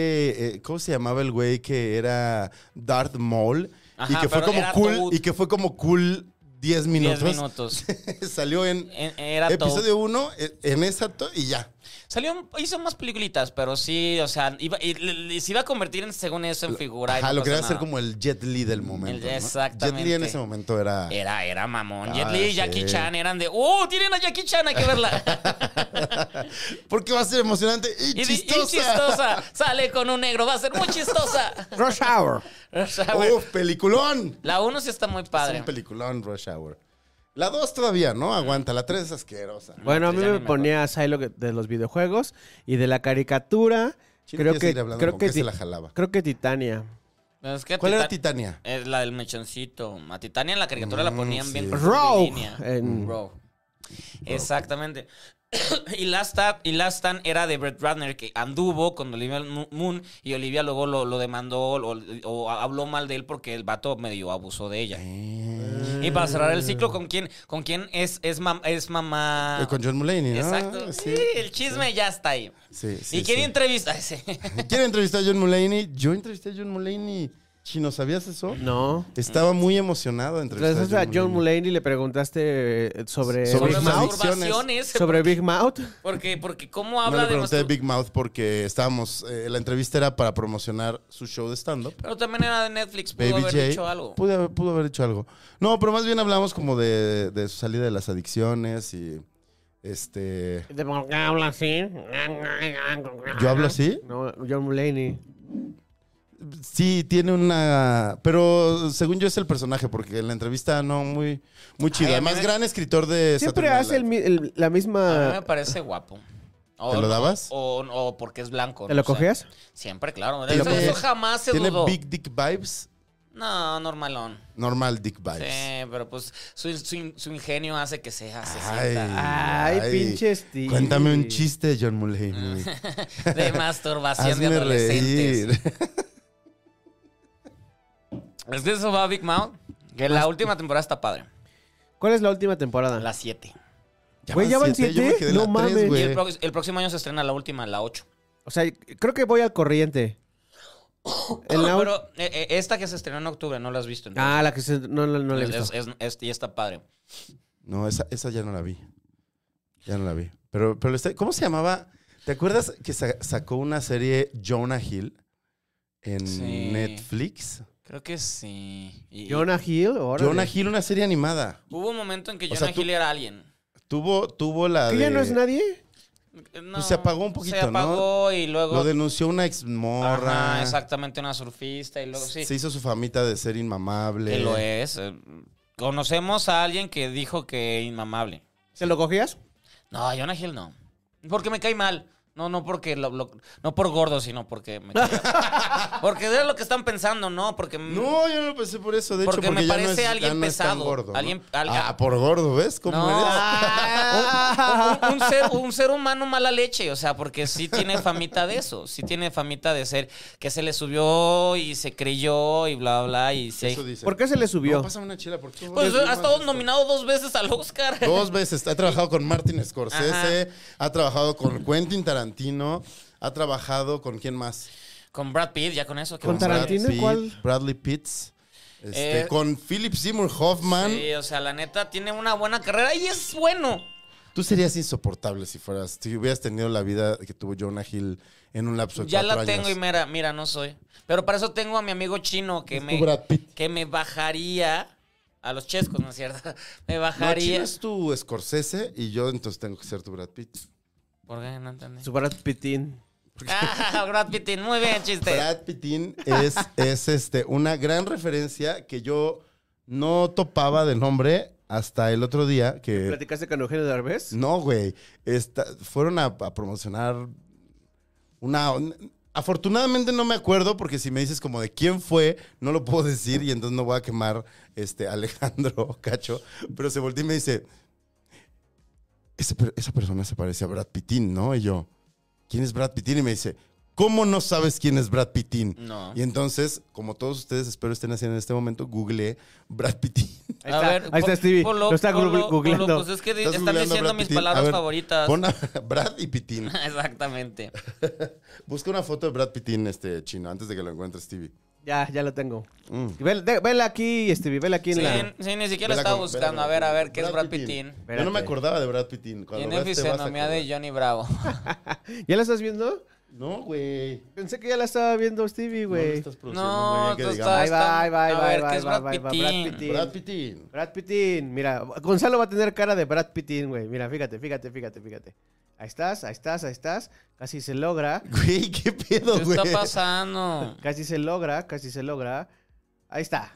eh, ¿cómo se llamaba el güey que era Darth Maul? Ajá, y que fue pero como era cool, Toad. y que fue como cool 10 10 minutos. minutos. Salió en En- era todo. episodio 1, en esa to- y ya. Salió, hizo más peliculitas, pero sí, o sea, iba, y- y- y se iba a convertir en, según eso en figura. y Ajá, no lo pasa quería nada. Mm, hacer como el Jet Li del momento. El- ¿no? exactamente. Jet Li en ese momento era. Era, era mamón. Jet Ah, Li y sí. Jackie Chan eran de, ¡Oh, tienen a Jackie Chan! Hay que verla. Porque va a ser emocionante y, y, di- y chistosa. chistosa. Sale con un negro, va a ser muy chistosa. Rush Hour. O sea, bueno, ¡Uf, peliculón! la 1 sí está muy Es padre. un peliculón Rush Hour. La 2 todavía, ¿no? Aguanta. La 3 es asquerosa. Bueno, a mí Ya ni me me acuerdo. ponía Psylocke de los videojuegos y de la caricatura. Chino quiere Creo que, seguir hablando creo, con que qué se Ti- la jalaba. creo que Titania. Es que ¿Cuál era Titan- Titania? Es la del mechoncito. A Titania en la caricatura la Mm, ponían sí. bien con Rogue. línea. Mm. En- Rogue. Exactamente. y Last Up- y Last Stand era de Brett Ratner, que anduvo con Olivia Mo- Moon y Olivia luego lo, lo demandó o, o habló mal de él porque el vato medio abusó de Eh. ella. Y para cerrar el ciclo, ¿con quién, con quién es, es, mam- es mamá? Eh, Con John Mulaney, ¿no? Exacto. Ah, Sí. Sí, el chisme ya está ahí. Sí, sí, ¿Y quién sí. entrevista? Ay, sí. ¿Quién entrevistó a John Mulaney? Yo entrevisté a John Mulaney. Chino, ¿sabías eso? No. Estaba muy emocionado entre Entonces a John Mulaney le preguntaste eh, sobre, Sobre Big Big Mouth. Mouth. masturbaciones. Sobre Big Mouth. Porque, porque cómo No le habla de pregunté de mastur- Big Mouth porque estábamos. eh, la entrevista era para promocionar su show de stand-up. Pero también era de Netflix, pudo Baby haber J. dicho algo. Pudo haber, pudo haber hecho algo. No, pero más bien hablamos como de, de su salida de las adicciones y. Este. ¿De por qué habla así? ¿Yo hablo así? No, John Mulaney. Sí, tiene una. Pero según yo es el personaje, porque en la entrevista no, muy, muy chido. Ay, a mí Además, me- gran escritor de. Siempre Saturday hace el Night mi- el- la A mí me misma... parece guapo. O ¿Te lo no- dabas? O, o porque es blanco. ¿Te no lo sé. cogías? Siempre, claro. ¿Te lo Eso, cogías? eso jamás se Tiene dudó. Big Dick Vibes, No, normalón. normal Dick Vibes. Sí, pero pues su, su- su ingenio hace que sea se Ay, sienta Ay, pinche Steve. Cuéntame un chiste, John Mulaney. de masturbación Hazme de adolescentes. reír. Es que eso va a Big Mouth. Que la última temporada está padre. ¿Cuál es la última temporada? La 7. Güey, ¿ya van Yo me siete? quedé en la No tres, mames. Y güey. el, pro- el próximo año se estrena la última, la 8. O sea, creo que voy al corriente. En la- Pero eh, eh, esta que se estrenó en octubre, no la has visto. entonces. Ah, la que se... No, no, no la he visto. es, es- es- y está padre. No, esa, esa ya no la vi. Ya no la vi. Pero, pero está- ¿cómo se llamaba? ¿Te acuerdas que sa- sacó una serie Jonah Hill en Sí. Netflix? Creo que sí. Y- Jonah Hill. órale. Jonah Hill, una serie animada. Hubo un momento en que O sea, Jonah tú- Hill era alguien. Tuvo, tuvo la ¿Que de... ya no es nadie? No, Pues se apagó un poquito, Se ¿no? apagó y luego. Lo denunció una ex Ajá, morra. exactamente, una surfista y luego sí. Se hizo su famita de ser inmamable. Que lo es. eh, Conocemos a alguien que dijo que inmamable. ¿Se lo cogías? No, Jonah Hill no. Porque me cae mal. No, no porque lo- lo- no por gordo, sino porque me cae mal. Porque es lo que están pensando, ¿no? Porque No, yo no lo pensé por eso, de hecho, Porque porque me ya no parece es- ya alguien no es tan pesado, gordo, ¿no? alguien- al- Ah, por gordo, ¿ves? ¿Cómo No. Ah, eres? Un, un- un ser, un ser humano mala leche, o sea, porque sí tiene famita de eso, sí tiene famita de ser que se le subió y se creyó y bla, bla, y se... Eso dice. ¿Por qué se le subió? No, pásame una chela, ¿por qué? Pues Yo ha más estado esto. nominado dos veces al Oscar. Dos veces. Ha trabajado con Martin Scorsese, ha trabajado con Quentin Tarantino, ha trabajado con quién más? Con Brad Pitt, ya con eso. que ¿Con vamos a hablar. Tarantino? Brad Pitt, ¿Cuál? Bradley Pitts. Este, Eh, con Philip Seymour Hoffman. Sí, o sea, la neta tiene una buena carrera y es bueno. Tú serías insoportable si fueras, si hubieras tenido la vida que tuvo Jonah Hill en un lapso de Ya la cuatro tengo y años. mira, mira, no soy. Pero para eso tengo a mi amigo chino que Es tu me Brad Pitt. que me bajaría a los chescos, ¿no es cierto? Me No, Chino bajaría. es tu Scorsese y yo entonces tengo que ser tu Brad Pitt. ¿Por qué no entendí? Su Brad Pittin. Ah, Brad Pitt, muy bien, chiste. Brad Pittin es, es este, una gran referencia que yo no topaba de nombre hasta el otro día que... ¿Platicaste con Eugenio Derbez? No, güey. Esta- fueron a, a promocionar una... un- afortunadamente no me acuerdo porque si me dices como de quién fue, no lo puedo decir y entonces no voy a quemar este Alejandro Cacho. Pero se volteó y me dice, "Ese per- esa persona se parece a Brad Pittin, ¿no? Y yo, ¿quién es Brad Pittin? Y me dice, ¿cómo no sabes quién es Brad Pittin? No. Y entonces, como todos ustedes espero estén haciendo en este momento, googleé Brad Pittin. Ahí está, ahí está po- Stevie, ponlo, lo está ponlo, google- googleando. ponlo, pues es que di- ¿Estás están googleando a diciendo Brad mis Pittin? A palabras ver, favoritas. Pon a Brad y Pittin. Exactamente. Busca una foto de Brad Pittin este chino antes de que lo encuentre Stevie. Ya, ya lo tengo. Mm. Vel- de- vela aquí, Stevie, vela aquí en Sí, la... sí, ni siquiera Vela estaba con- vela buscando. con- A ver, a ver, ¿qué es Brad Brad Pittin? Yo no me Espérate. acordaba de Brad Pittin. Y Cuando en veas te vas a efisenomía acordar. de Johnny Bravo. ¿Ya la estás viendo? No, güey. Pensé que ya la estaba viendo Stevie, No lo güey. estás produciendo No, muy bien, que tú digamos. estás. Ahí va, ahí va, ahí a va, ver, ahí ¿qué es va, Brad ahí va, Brad Pittin? Pittin. Brad Pittin. Brad Pittin, mira, Gonzalo va a tener cara de Brad Pittin, güey. Mira, fíjate, fíjate, fíjate, fíjate. Ahí estás, ahí estás, ahí estás. Casi se logra, Güey, qué pedo, ¿Qué güey. está pasando? casi se logra, casi se logra. Ahí está.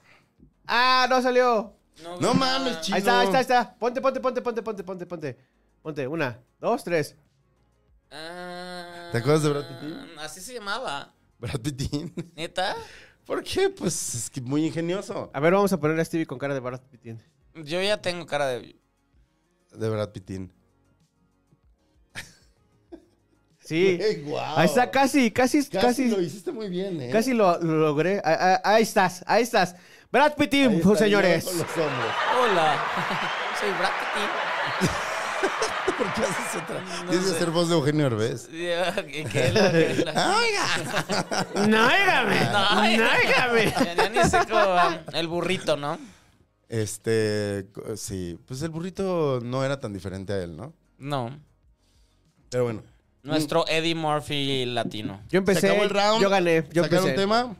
¡Ah, no salió! vi No nada. mames, chino. Ahí está, ahí está, ahí está. Ponte, ponte, ponte, ponte, ponte, ponte, ponte. Ponte, una, dos, tres. Ah, mm, ¿Te acuerdas de Brad Pittin? Así se llamaba. Brad Pittin. ¿Neta? ¿Por qué? Pues es que muy ingenioso. A ver, vamos a poner a Stevie con cara de Brad Pittin. Yo ya tengo cara de. De Brad Pittin. Sí. Güey, guau. Ahí está, casi, casi, Oh. Casi, casi. lo hiciste muy bien, ¿eh? Casi lo, lo logré. Ahí, ahí- ahí estás, ahí estás. Brad Ahí Pittin, está, yo señores. con los hombros. Hola. Soy Brad Pittin. ¿Por qué haces otra? No Tienes que sé. hacer voz de Eugenio Herbes. ¿Qué, qué es lo que es la- ¡Náigame! No, ¡Náigame! Ya, ya ni sé cómo va. El burrito, ¿no? Este, co- sí, pues el burrito no era tan diferente a él, ¿no? No. Pero bueno. Nuestro Eddie Murphy latino. Yo empecé. Se acabó el round. Yo gané. Yo ¿Sacaron empecé. tema?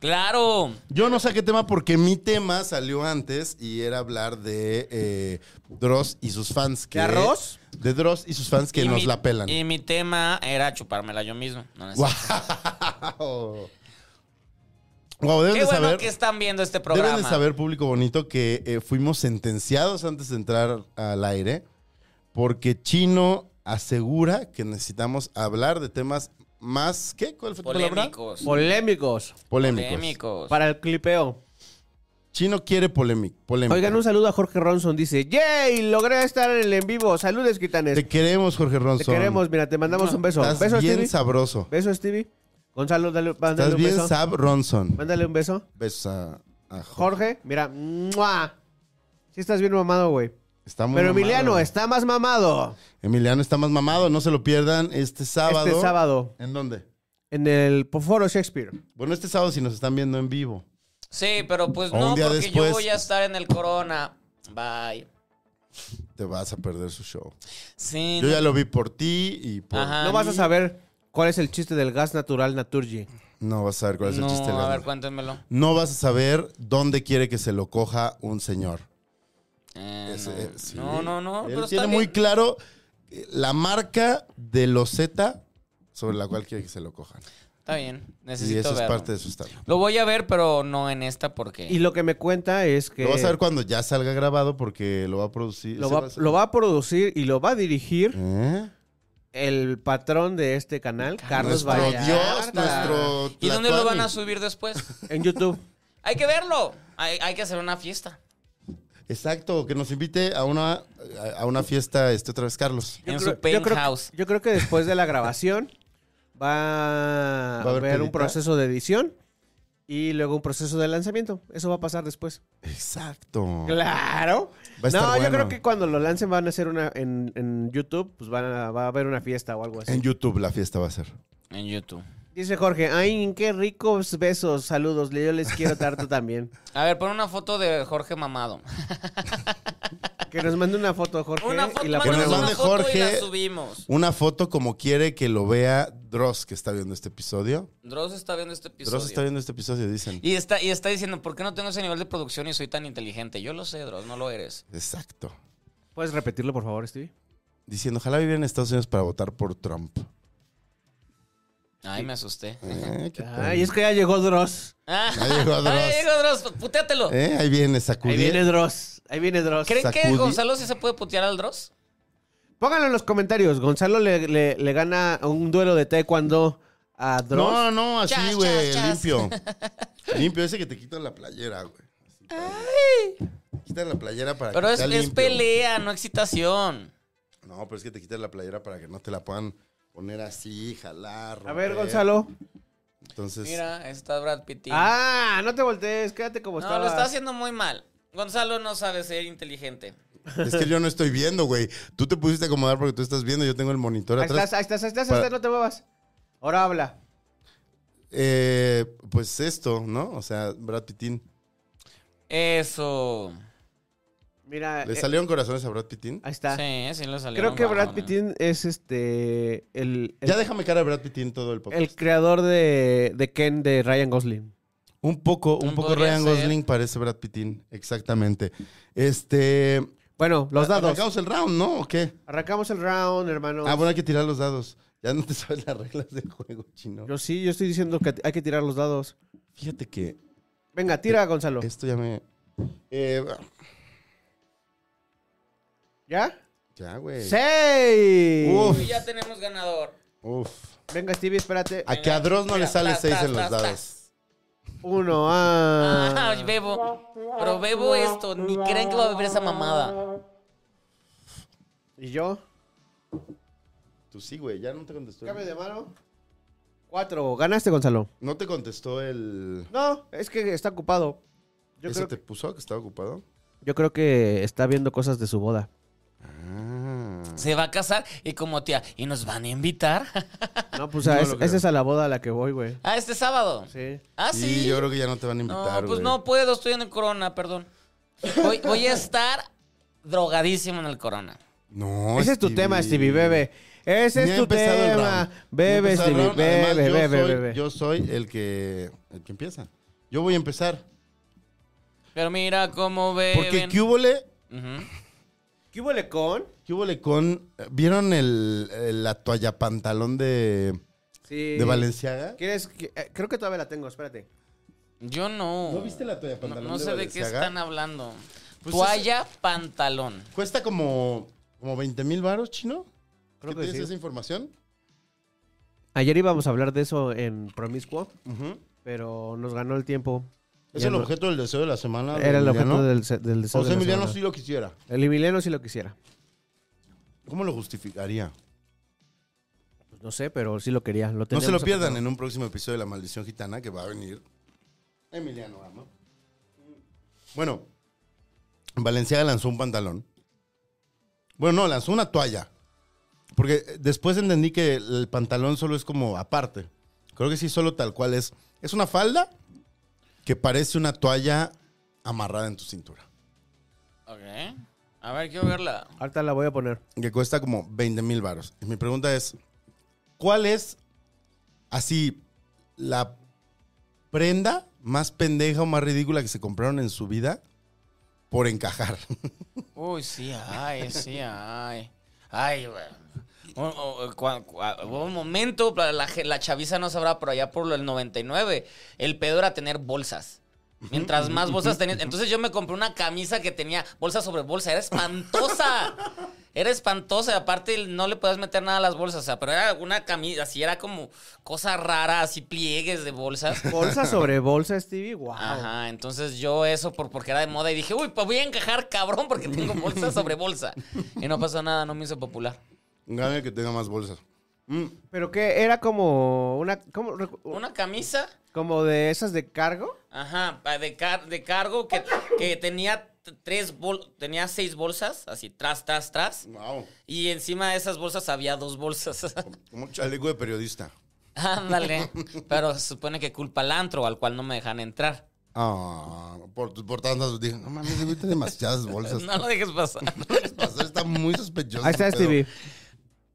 ¡Claro! Yo no saqué tema porque mi tema salió antes y era hablar de eh, Dross y sus fans. Que, ¿De arroz? De Dross y sus fans que Y nos mi- la pelan. Y mi tema era chupármela yo mismo. No, no es cierto. ¡Wow! Wow, deben Qué de bueno saber. que están viendo este programa. Deben de saber, público bonito, que eh, fuimos sentenciados antes de entrar al aire porque Chino asegura que necesitamos hablar de temas más... ¿Qué? ¿Cuál fue tu palabra? Polémicos. Polémicos. Polémicos. Polémicos. Para el clipeo. Chino quiere polémico. polémica. Oigan, un saludo a Jorge Ronson. Dice: ¡Yay! Logré estar en el en vivo. Saludes, quitanes. Te queremos, Jorge Te Ronson. queremos, mira, te mandamos un beso. Estás Beso, bien Stevie. sabroso. Beso, Stevie. Gonzalo, dale, mándale Estás un bien beso. Sab Ronson. Mándale un beso. Besos a, a Jorge. Jorge, mira. ¡Mua! Sí estás bien mamado, güey. Está muy Pero mamado. Emiliano está más mamado Emiliano está más mamado. No se lo pierdan este sábado. este sábado ¿En dónde? en el Foro Shakespeare. Bueno, este sábado si nos están viendo en vivo. Sí, pero pues O no, un día porque después. yo voy a estar en el Corona. Bye. Te vas a perder su show. Sí. Yo ya lo vi por ti y por... Ajá. No vas a saber cuál es el chiste del gas natural Naturgy. No vas a saber cuál es no, el chiste. a Leandro. ver, cuéntenmelo. No vas a saber dónde quiere que se lo coja un señor. Eh, Es- no. eh, sí. no, no, no, Él pero está tiene bien. muy claro eh, la marca de loseta sobre la cual quiere que se lo cojan. Está bien. Y Necesito eso es verlo. parte de su estado. Lo voy a ver, pero no en esta porque. Y lo que me cuenta es que Lo vas a ver cuando ya salga grabado porque lo va a producir. lo se va, a- lo va a producir y lo va a dirigir ¿Eh? el patrón de este canal, Carlos Nuestro Vallarta. Dios, nuestro... ¿Y dónde lo van a Tlatuani. subir después? En YouTube. hay que verlo. Hay, hay que hacer una fiesta. Exacto, que nos invite a una, a una fiesta este otra vez Carlos. en creo- su creo que- penthouse. Yo creo que después de la grabación va a ¿Va a haber haber un pedita? proceso de edición y luego un proceso de lanzamiento. Eso va a pasar después. Exacto. Claro. Va a estar no, yo bueno. creo que cuando lo lancen van a hacer una en, en YouTube, pues van a, va a haber una fiesta o algo así. En YouTube la fiesta va a ser. En YouTube. Dice Jorge, ay, qué ricos besos, saludos, yo les quiero tanto también. A ver, pon una foto de Jorge Mamado. Que nos mande una foto, Jorge, Una foto, y la Que mándanos nos ponemos. una mande foto y la Jorge. subimos. Una foto como quiere que lo vea Dross, que está viendo este episodio. Dross está viendo este episodio. Dross está viendo este episodio, dicen. Y está, y está diciendo, ¿por qué no tengo ese nivel de producción y soy tan inteligente? Yo lo sé, Dross, no lo eres. Exacto. ¿Puedes repetirlo, por favor, Stevie? Diciendo, ojalá viviera en Estados Unidos para votar por Trump. Ay, me asusté. Eh, qué Ay, es que ya llegó Dross. Ah, Ahí llegó Dross. Ahí llegó Dross, putéatelo. tal. Eh, ahí viene sacudí. Ahí viene Dross, ahí viene Dross. ¿Creen que sacudí. Gonzalo sí se puede putear al Dross? Pónganlo en los comentarios, Gonzalo le, le- le gana un duelo de taekwondo a Dross. No, no, así, Chas, güey, chas, chas. limpio. limpio, ese que te quita la playera, güey. Así, te Quita la playera para Pero que es, sea es limpio. pelea, no excitación. No, pero es que te quitas la playera para que no te la puedan poner así, jalar. a ver, romper. Gonzalo. Entonces, Mira, está Brad Pitt. Ah, no te voltees, quédate como pues no, estabas. lo está haciendo muy mal. Gonzalo no sabe ser inteligente. es que yo no estoy viendo, güey. Tú te pusiste a acomodar porque tú estás viendo, yo tengo el monitor Ahí atrás. estás, ahí estás, ahí estás, ahí Para- estás, no te muevas. Ahora habla. Eh, pues esto, ¿no? O sea, Brad Pitín. Eso. Mira, ¿Le eh, salieron corazones a Brad Pitín? ahí está. Sí, sí lo salió. Creo que Brad Pitt es este el, el, Ya déjame cara a Brad Pitín todo el podcast. el creador de, de Ken de Ryan Gosling. Un poco, un Mm, poco podría Ryan ser. Gosling parece Brad Pitín, exactamente. Este, Bueno, los dados. arrancamos el round, ¿no? ¿O qué? Arrancamos el round, hermano. Ah, bueno, hay que tirar los dados. Ya no te sabes las reglas del juego, chino. Yo sí, yo estoy diciendo que hay que tirar los dados. Fíjate que Venga, tira, Este Gonzalo. esto ya me... Eh, ¿Ya? ya, güey. ¡Seis! Uf, ya tenemos ganador. uf. Venga, Stevie, espérate. A que a Dross no Mira, le sale tas, 6 tas, en los tas, dados. tas. Uno, ah. Ay, bebo. Pero bebo esto. Ni creen que va a beber esa mamada. ¿Y yo? Tú Pues sí, güey, ya no te contestó. Cambio de mano. Cuatro. ¿Ganaste, Gonzalo? No te contestó el... No, es que está ocupado. Yo ¿Eso creo, te puso que estaba ocupado? yo creo que está viendo cosas de su boda. Ah. Se va a casar y como tía, ¿y nos van a invitar? No, pues a- No es- lo creo. esa es a la boda a la que voy, güey. ah, este sábado. Sí. Ah, sí. Sí, yo creo que ya no te van a invitar, No, pues güey. no puedo, estoy en el corona, perdón. Voy, voy a estar drogadísimo en el corona. No, Ese es tu tema, Stevie, bebe. Ese Ni es ha tu empezado el tema. round. No ha Bebe, empezado el Stevie, round. Además, bebe, yo bebe, soy- bebe. Yo soy el que, el que empieza. Yo voy a empezar. Pero mira cómo Eh, ven. Porque ¿qué hubole? ¿Qué hubo con? ¿Qué hubole con... ¿Vieron el, el- la toalla pantalón de, Sí. de Valenciaga? ¿Quieres que- eh, creo que todavía la tengo, espérate. Yo no. ¿No viste la toalla pantalón No, no de sé de qué Balenciaga? están hablando. Pues Toalla pantalón. Cuesta como, como 20 mil varos, chino. Creo ¿Qué que tienes sí. esa información? Ayer íbamos a hablar de eso en Promiscuo, pero nos ganó el tiempo. Es Ya el no- objeto del deseo de la semana. de Era el Emiliano. objeto del, se- del deseo José de la Emiliano semana. sí lo quisiera. El Emiliano sí lo quisiera. ¿Cómo lo justificaría? Pues no sé, pero sí lo quería. Lo No se lo teníamos pierdan apuntado. en un próximo episodio de La Maldición Gitana que va a venir Emiliano Ama. Bueno, Valenciaga lanzó un pantalón. Bueno, no, lanzó una toalla. Porque después entendí que el pantalón solo es como aparte. Creo que sí, solo tal cual es. Es una falda que parece una toalla amarrada en tu cintura. Ok. A ver, quiero verla. Ahorita la voy a poner. que cuesta como 20 mil varos. Y mi pregunta es, ¿cuál es así la prenda más pendeja o más ridícula que se compraron en su vida por encajar? Uy, sí, ay, sí, ay. Ay, güey. Un, o- eh, cua- cua- hubo un momento, la, la ge- la chaviza no sabrá, pero allá por el 99, el pedo era tener bolsas. Mientras más bolsas tenías. Entonces yo me compré una camisa que tenía bolsa sobre bolsa. Era espantosa. Era espantosa. Y aparte no le podías meter nada a las bolsas. O sea, pero era una camisa, así era como cosa rara, así pliegues de bolsas. Bolsa sobre bolsa, Stevie. Wow. Ajá, entonces yo eso por, porque era de moda y dije, uy, pues voy a encajar cabrón porque tengo bolsa sobre bolsa. Y no pasó nada, no me hizo popular. Gana el que tenga más bolsas. Mm, Pero que era como una, como, recu- Oh. Una camisa, como de esas de cargo. ajá, pa- de, car- de cargo que, que tenía t- tres bol- tenía seis bolsas, así, tras, tras, tras. wow. Y encima de esas bolsas había dos bolsas. Como un chaleco de periodista. Ándale. Pero se supone que culpa al antro, al cual no me dejan entrar. Ah, por, por tantas... Dije, no mames, güey, tiene demasiadas bolsas. No lo dejes pasar. Pasó, Está muy sospechoso. Ahí está, el pedo. Stevie.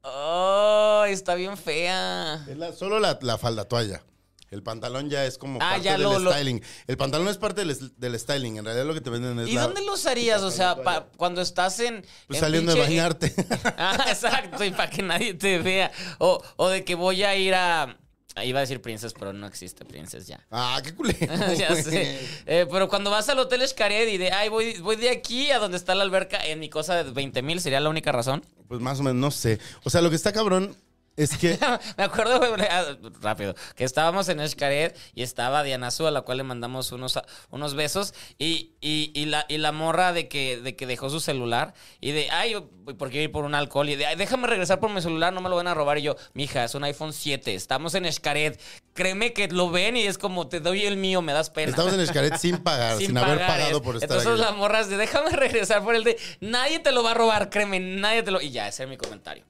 Oh, está bien fea. Es la- solo la, la falda toalla. El pantalón ya es como Ah, parte ya del lo- lo- styling. El pantalón es parte del, es- del styling. En realidad lo que te venden es ¿Y la- dónde lo usarías? O sea, pa- cuando estás en. pues, en saliendo de pinche- eh? bañarte. Ah, exacto, y para que nadie te vea. O, o de que voy a ir a. ah, Iba a decir princess, pero no existe princess ya. ah, qué culero. ya güey. sé. Eh, pero cuando vas al hotel Xcaret y de, ay, voy, voy de aquí a donde está la alberca en mi cosa de 20 mil, sería la única razón. Pues más o menos, no sé. O sea, lo que está cabrón es que. Me acuerdo, güey, ah, rápido, que estábamos en Xcaret y estaba Diana Azul, a la cual le mandamos unos, unos besos, y, y- y la, y la morra de que, de que dejó su celular, y de, ay, porque ir por un alcohol, y de, ay, déjame regresar por mi celular, no me lo van a robar. Y yo, mija, es un iPhone 7, estamos en Xcaret, créeme que lo ven y es como, te doy el mío, me das pena. Estamos en Escaret sin pagar, sin, haber pagar, pagado es- por estar Entonces aquí. la morra es de, déjame regresar por el de, nadie te lo va a robar, créeme, nadie te lo... Y ya, ese es mi comentario.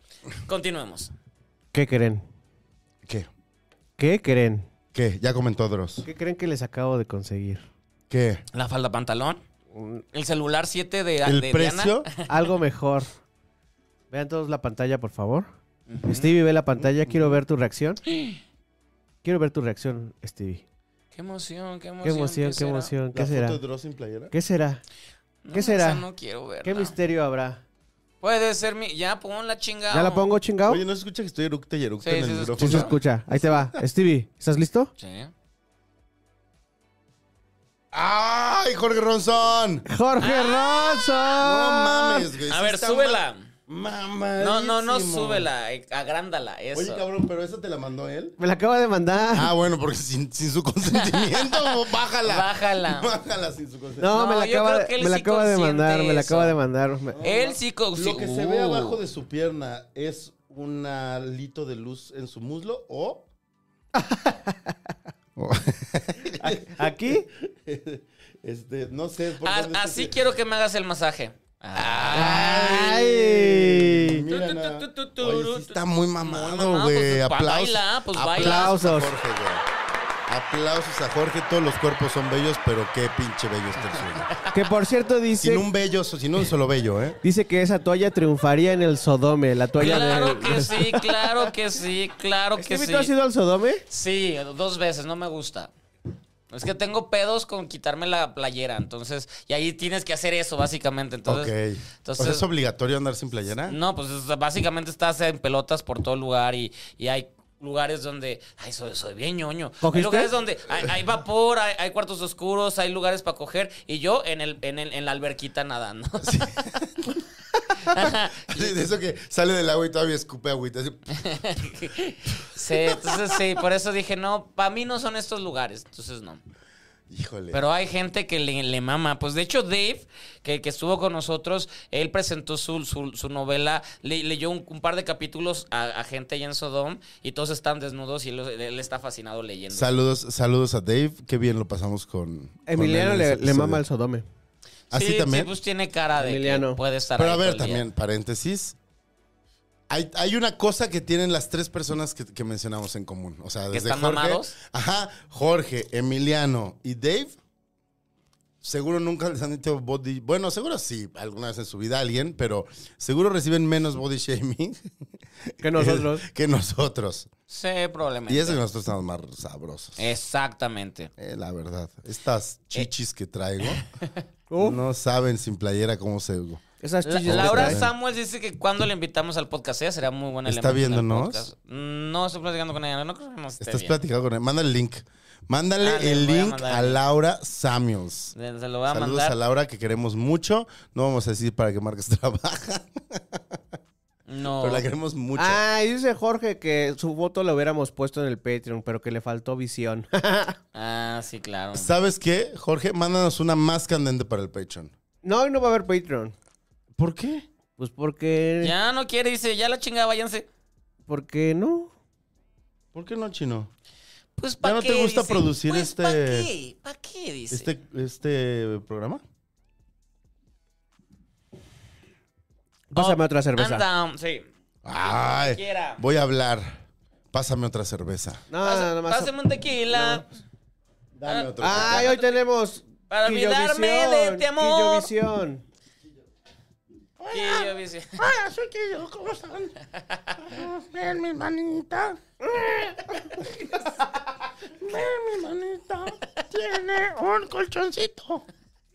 Continuemos. ¿Qué creen? ¿Qué? ¿Qué creen? ¿Qué? Ya comentó Dross. ¿Qué creen que les acabo de conseguir? ¿Qué? La falda pantalón. El celular 7 de, ¿El de precio? Diana. Algo mejor. Vean todos la pantalla, por favor. Stevie, ve la pantalla. Quiero ver tu reacción. Quiero ver tu reacción, Stevie. Qué emoción, qué emoción. Qué emoción, qué será? emoción. ¿Qué ¿La será? foto de Dross sin playera? ¿Qué será? No, ¿Qué será? esa no quiero verla. ¿Qué misterio habrá? Puede ser mi. Ya pon la chingada. ¿Ya la pongo chingado? Oye, ¿no se escucha que estoy eructa y eructa Sí, en el sí se micrófono? Sí se escucha. Ahí te va. Stevie, ¿estás listo? Sí. ¡Ay, Jorge Ronzón! Ah. Jorge Ronson. No mames, güey. A sí ver, está súbela. ma- mamadísimo. No, no, no, súbela. eh, Agrándala. Eso. Oye, cabrón, pero esa te la mandó él. Me la acaba de mandar. Ah, bueno, porque sin, sin su consentimiento, bájala. Bájala. Bájala sin su consentimiento. no, me la no, yo acaba, creo que él me la sí acaba de consiente mandar, me la eso. acaba de mandar. Me- Él sí. co- sí- Lo que se ve Uh. abajo de su pierna es un alito de luz en su muslo o. o- Aquí, este, no sé. por A- dónde es ese- así Uh. Ah, este. quiero que me hagas el masaje. Ah, Ah, ¡Ay! Mira, nada. Oye, sí está muy mamado, mamado, güey. pues, pa- Aplausos. baila, pues, baila. Aplausos a Jorge, güey. Aplausos a Jorge. Todos los cuerpos son bellos, pero qué pinche bello está el suyo. Que por cierto dice, Sin un bello, sin un solo bello, ¿eh? dice que esa toalla triunfaría en el Sodome. La toalla Claro de... ¿Este que sí, claro que sí, claro que Stevie, sí. ¿tú has ido al Sodome? Sí, dos veces, no me gusta. Es que tengo pedos con quitarme la playera, entonces, y ahí tienes que hacer eso, básicamente. Entonces, ok. entonces o sea, ¿es obligatorio andar sin playera? No, pues o sea, básicamente estás en pelotas por todo lugar y, y hay lugares donde, ay, soy, soy bien ñoño. ¿Cogiste? Hay lugares donde hay, hay vapor, hay, hay cuartos oscuros, hay lugares para coger y yo en, el, en, el- en la alberquita nadando. Sí, De eso que sale del agua y todavía escupe agüita. así. Sí, entonces sí, por eso dije, no, para mí no son estos lugares, entonces no. Híjole. Pero hay gente que le, le mama. Pues de hecho, Dave, que, que estuvo con nosotros, él presentó su, su, su novela, le- leyó un, un par de capítulos a, a gente allá en Sodom y todos están desnudos y él, él está fascinado leyendo. Saludos, saludos a Dave. Qué bien lo pasamos con. Emiliano con él en le, ese le episodio. mama al Sodome. Así Sí, también. sí, pues tiene cara de Emiliano. que puede estar Pero ahí a ver, todo el día. también, paréntesis. Hay, hay una cosa que tienen las tres personas que, que mencionamos en común. O sea, desde están Jorge. mamados? Ajá, Jorge, Emiliano y Dave. Seguro nunca les han hecho body. Bueno, seguro sí, alguna vez en su vida alguien, pero seguro reciben menos body shaming Que nosotros. que nosotros. Sí, probablemente. Y eso que nosotros estamos más sabrosos. Exactamente. Eh, la verdad. Estas Eh, chichis que traigo Uf. no saben sin playera cómo se. Esas La- chichis. Laura traen. Samuels dice que cuando le invitamos al podcast, ella será muy buena ¿Está viéndonos? Mm, No, estoy platicando con ella. No creo que nos esté Estás viendo. platicando con él. Mándale el link. Mándale Ah, le el voy a link mandar a el link. Laura Samuels. Se lo voy a Saludos mandar. a Laura que queremos mucho. No vamos a decir para qué marcas trabaja, No. pero Oh. la queremos mucho. Ah, y dice Jorge que su voto lo hubiéramos puesto en el Patreon, pero que le faltó visión. Ah, sí, claro. ¿Sabes qué, Jorge? Mándanos una más candente para el Patreon. no, hoy no va a haber Patreon. ¿Por qué? Pues porque... Ya no quiere, dice, ya la chingada, váyanse. Porque no. ¿Por qué no, Chino? Pues ¿Ya para no qué. te gusta dice. producir Pues, este- ¿Para qué? ¿Para qué? Dice. ¿Este, este programa? Pásame otra cerveza. And down, um, sí. Ay, Quiera. voy a hablar. Pásame otra cerveza. No, Pasa- no, no, más. Pásame un tequila. Ah. Dame otra. Ay, hoy tenemos. Para olvidarme de este amor. Visión. Y yo dice, Hola, soy Quillo, ¿cómo están? Ah, Miren mi manita. Miren mi manita. Tiene un colchoncito.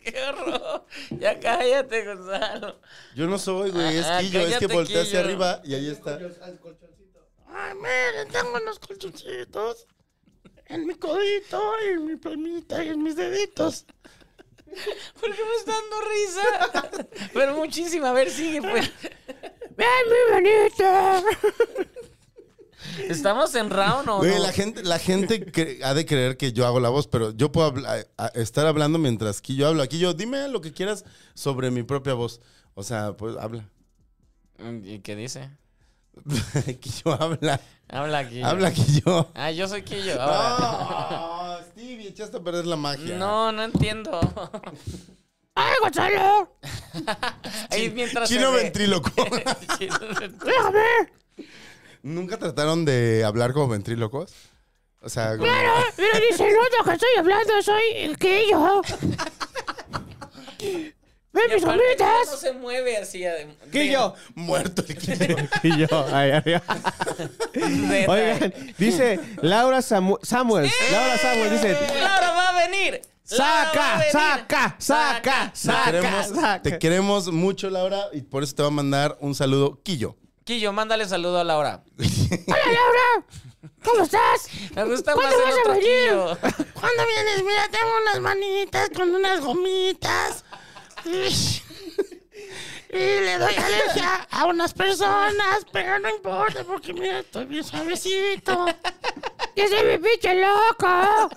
qué horror. Ya cállate, Gonzalo. Yo no soy, güey. Es Ah, Quillo. Es que cállate, volteé hacia Quillo. arriba y ahí está. Ay, miren, tengo unos colchoncitos. En mi codito, en mi palmita y en mis deditos. ¿Por qué me está dando risa? Pero muchísima. A ver, sigue, pues. ¡Vean mi manita! ¿Estamos en round o Güey, no? la gente, la gente cre- ha de creer que yo hago la voz, pero yo puedo habla- a- estar hablando mientras que yo hablo. Aquí yo, dime lo que quieras sobre mi propia voz. O sea, pues habla. Mm, ¿Y qué dice? que yo habla. Habla aquí. Habla que yo. Ah, yo soy Quillo. ahora. No, Stevie, echaste a perder la magia. No, no entiendo. ¡Ay, Gonzalo! Ahí mientras. Chino se ve. ventríloco. Chino ventríloco. ¡Déjame! ¿Nunca trataron de hablar como ventrílocos? O sea, como- Mira, mira, ni se nota que estoy hablando, soy el que yo. ¡Ven mis Aparte, gomitas! No se mueve así. de- ¿Qué yo? muerto el Quillo. Y yo, ay, ay, ay. de- Oigan, dice Laura Samu- Samuels. Laura Samuels dice: Laura va a venir. Laura va a Saca, venir. saca, saca, Te saca, queremos, te saca. queremos mucho, Laura, y por eso te va a mandar un saludo, Quillo. Quillo, mándale saludo a Laura. ¡Hola, Laura! ¿Cómo estás? Me gusta más ¿Cuándo el vas a otro venir? Quillo. ¿Cuándo vienes? Mira, tengo unas manitas con unas gomitas. Y, y le doy alergia a unas personas, pero no importa porque mira, estoy bien suavecito. ¡Yo soy mi pinche loco!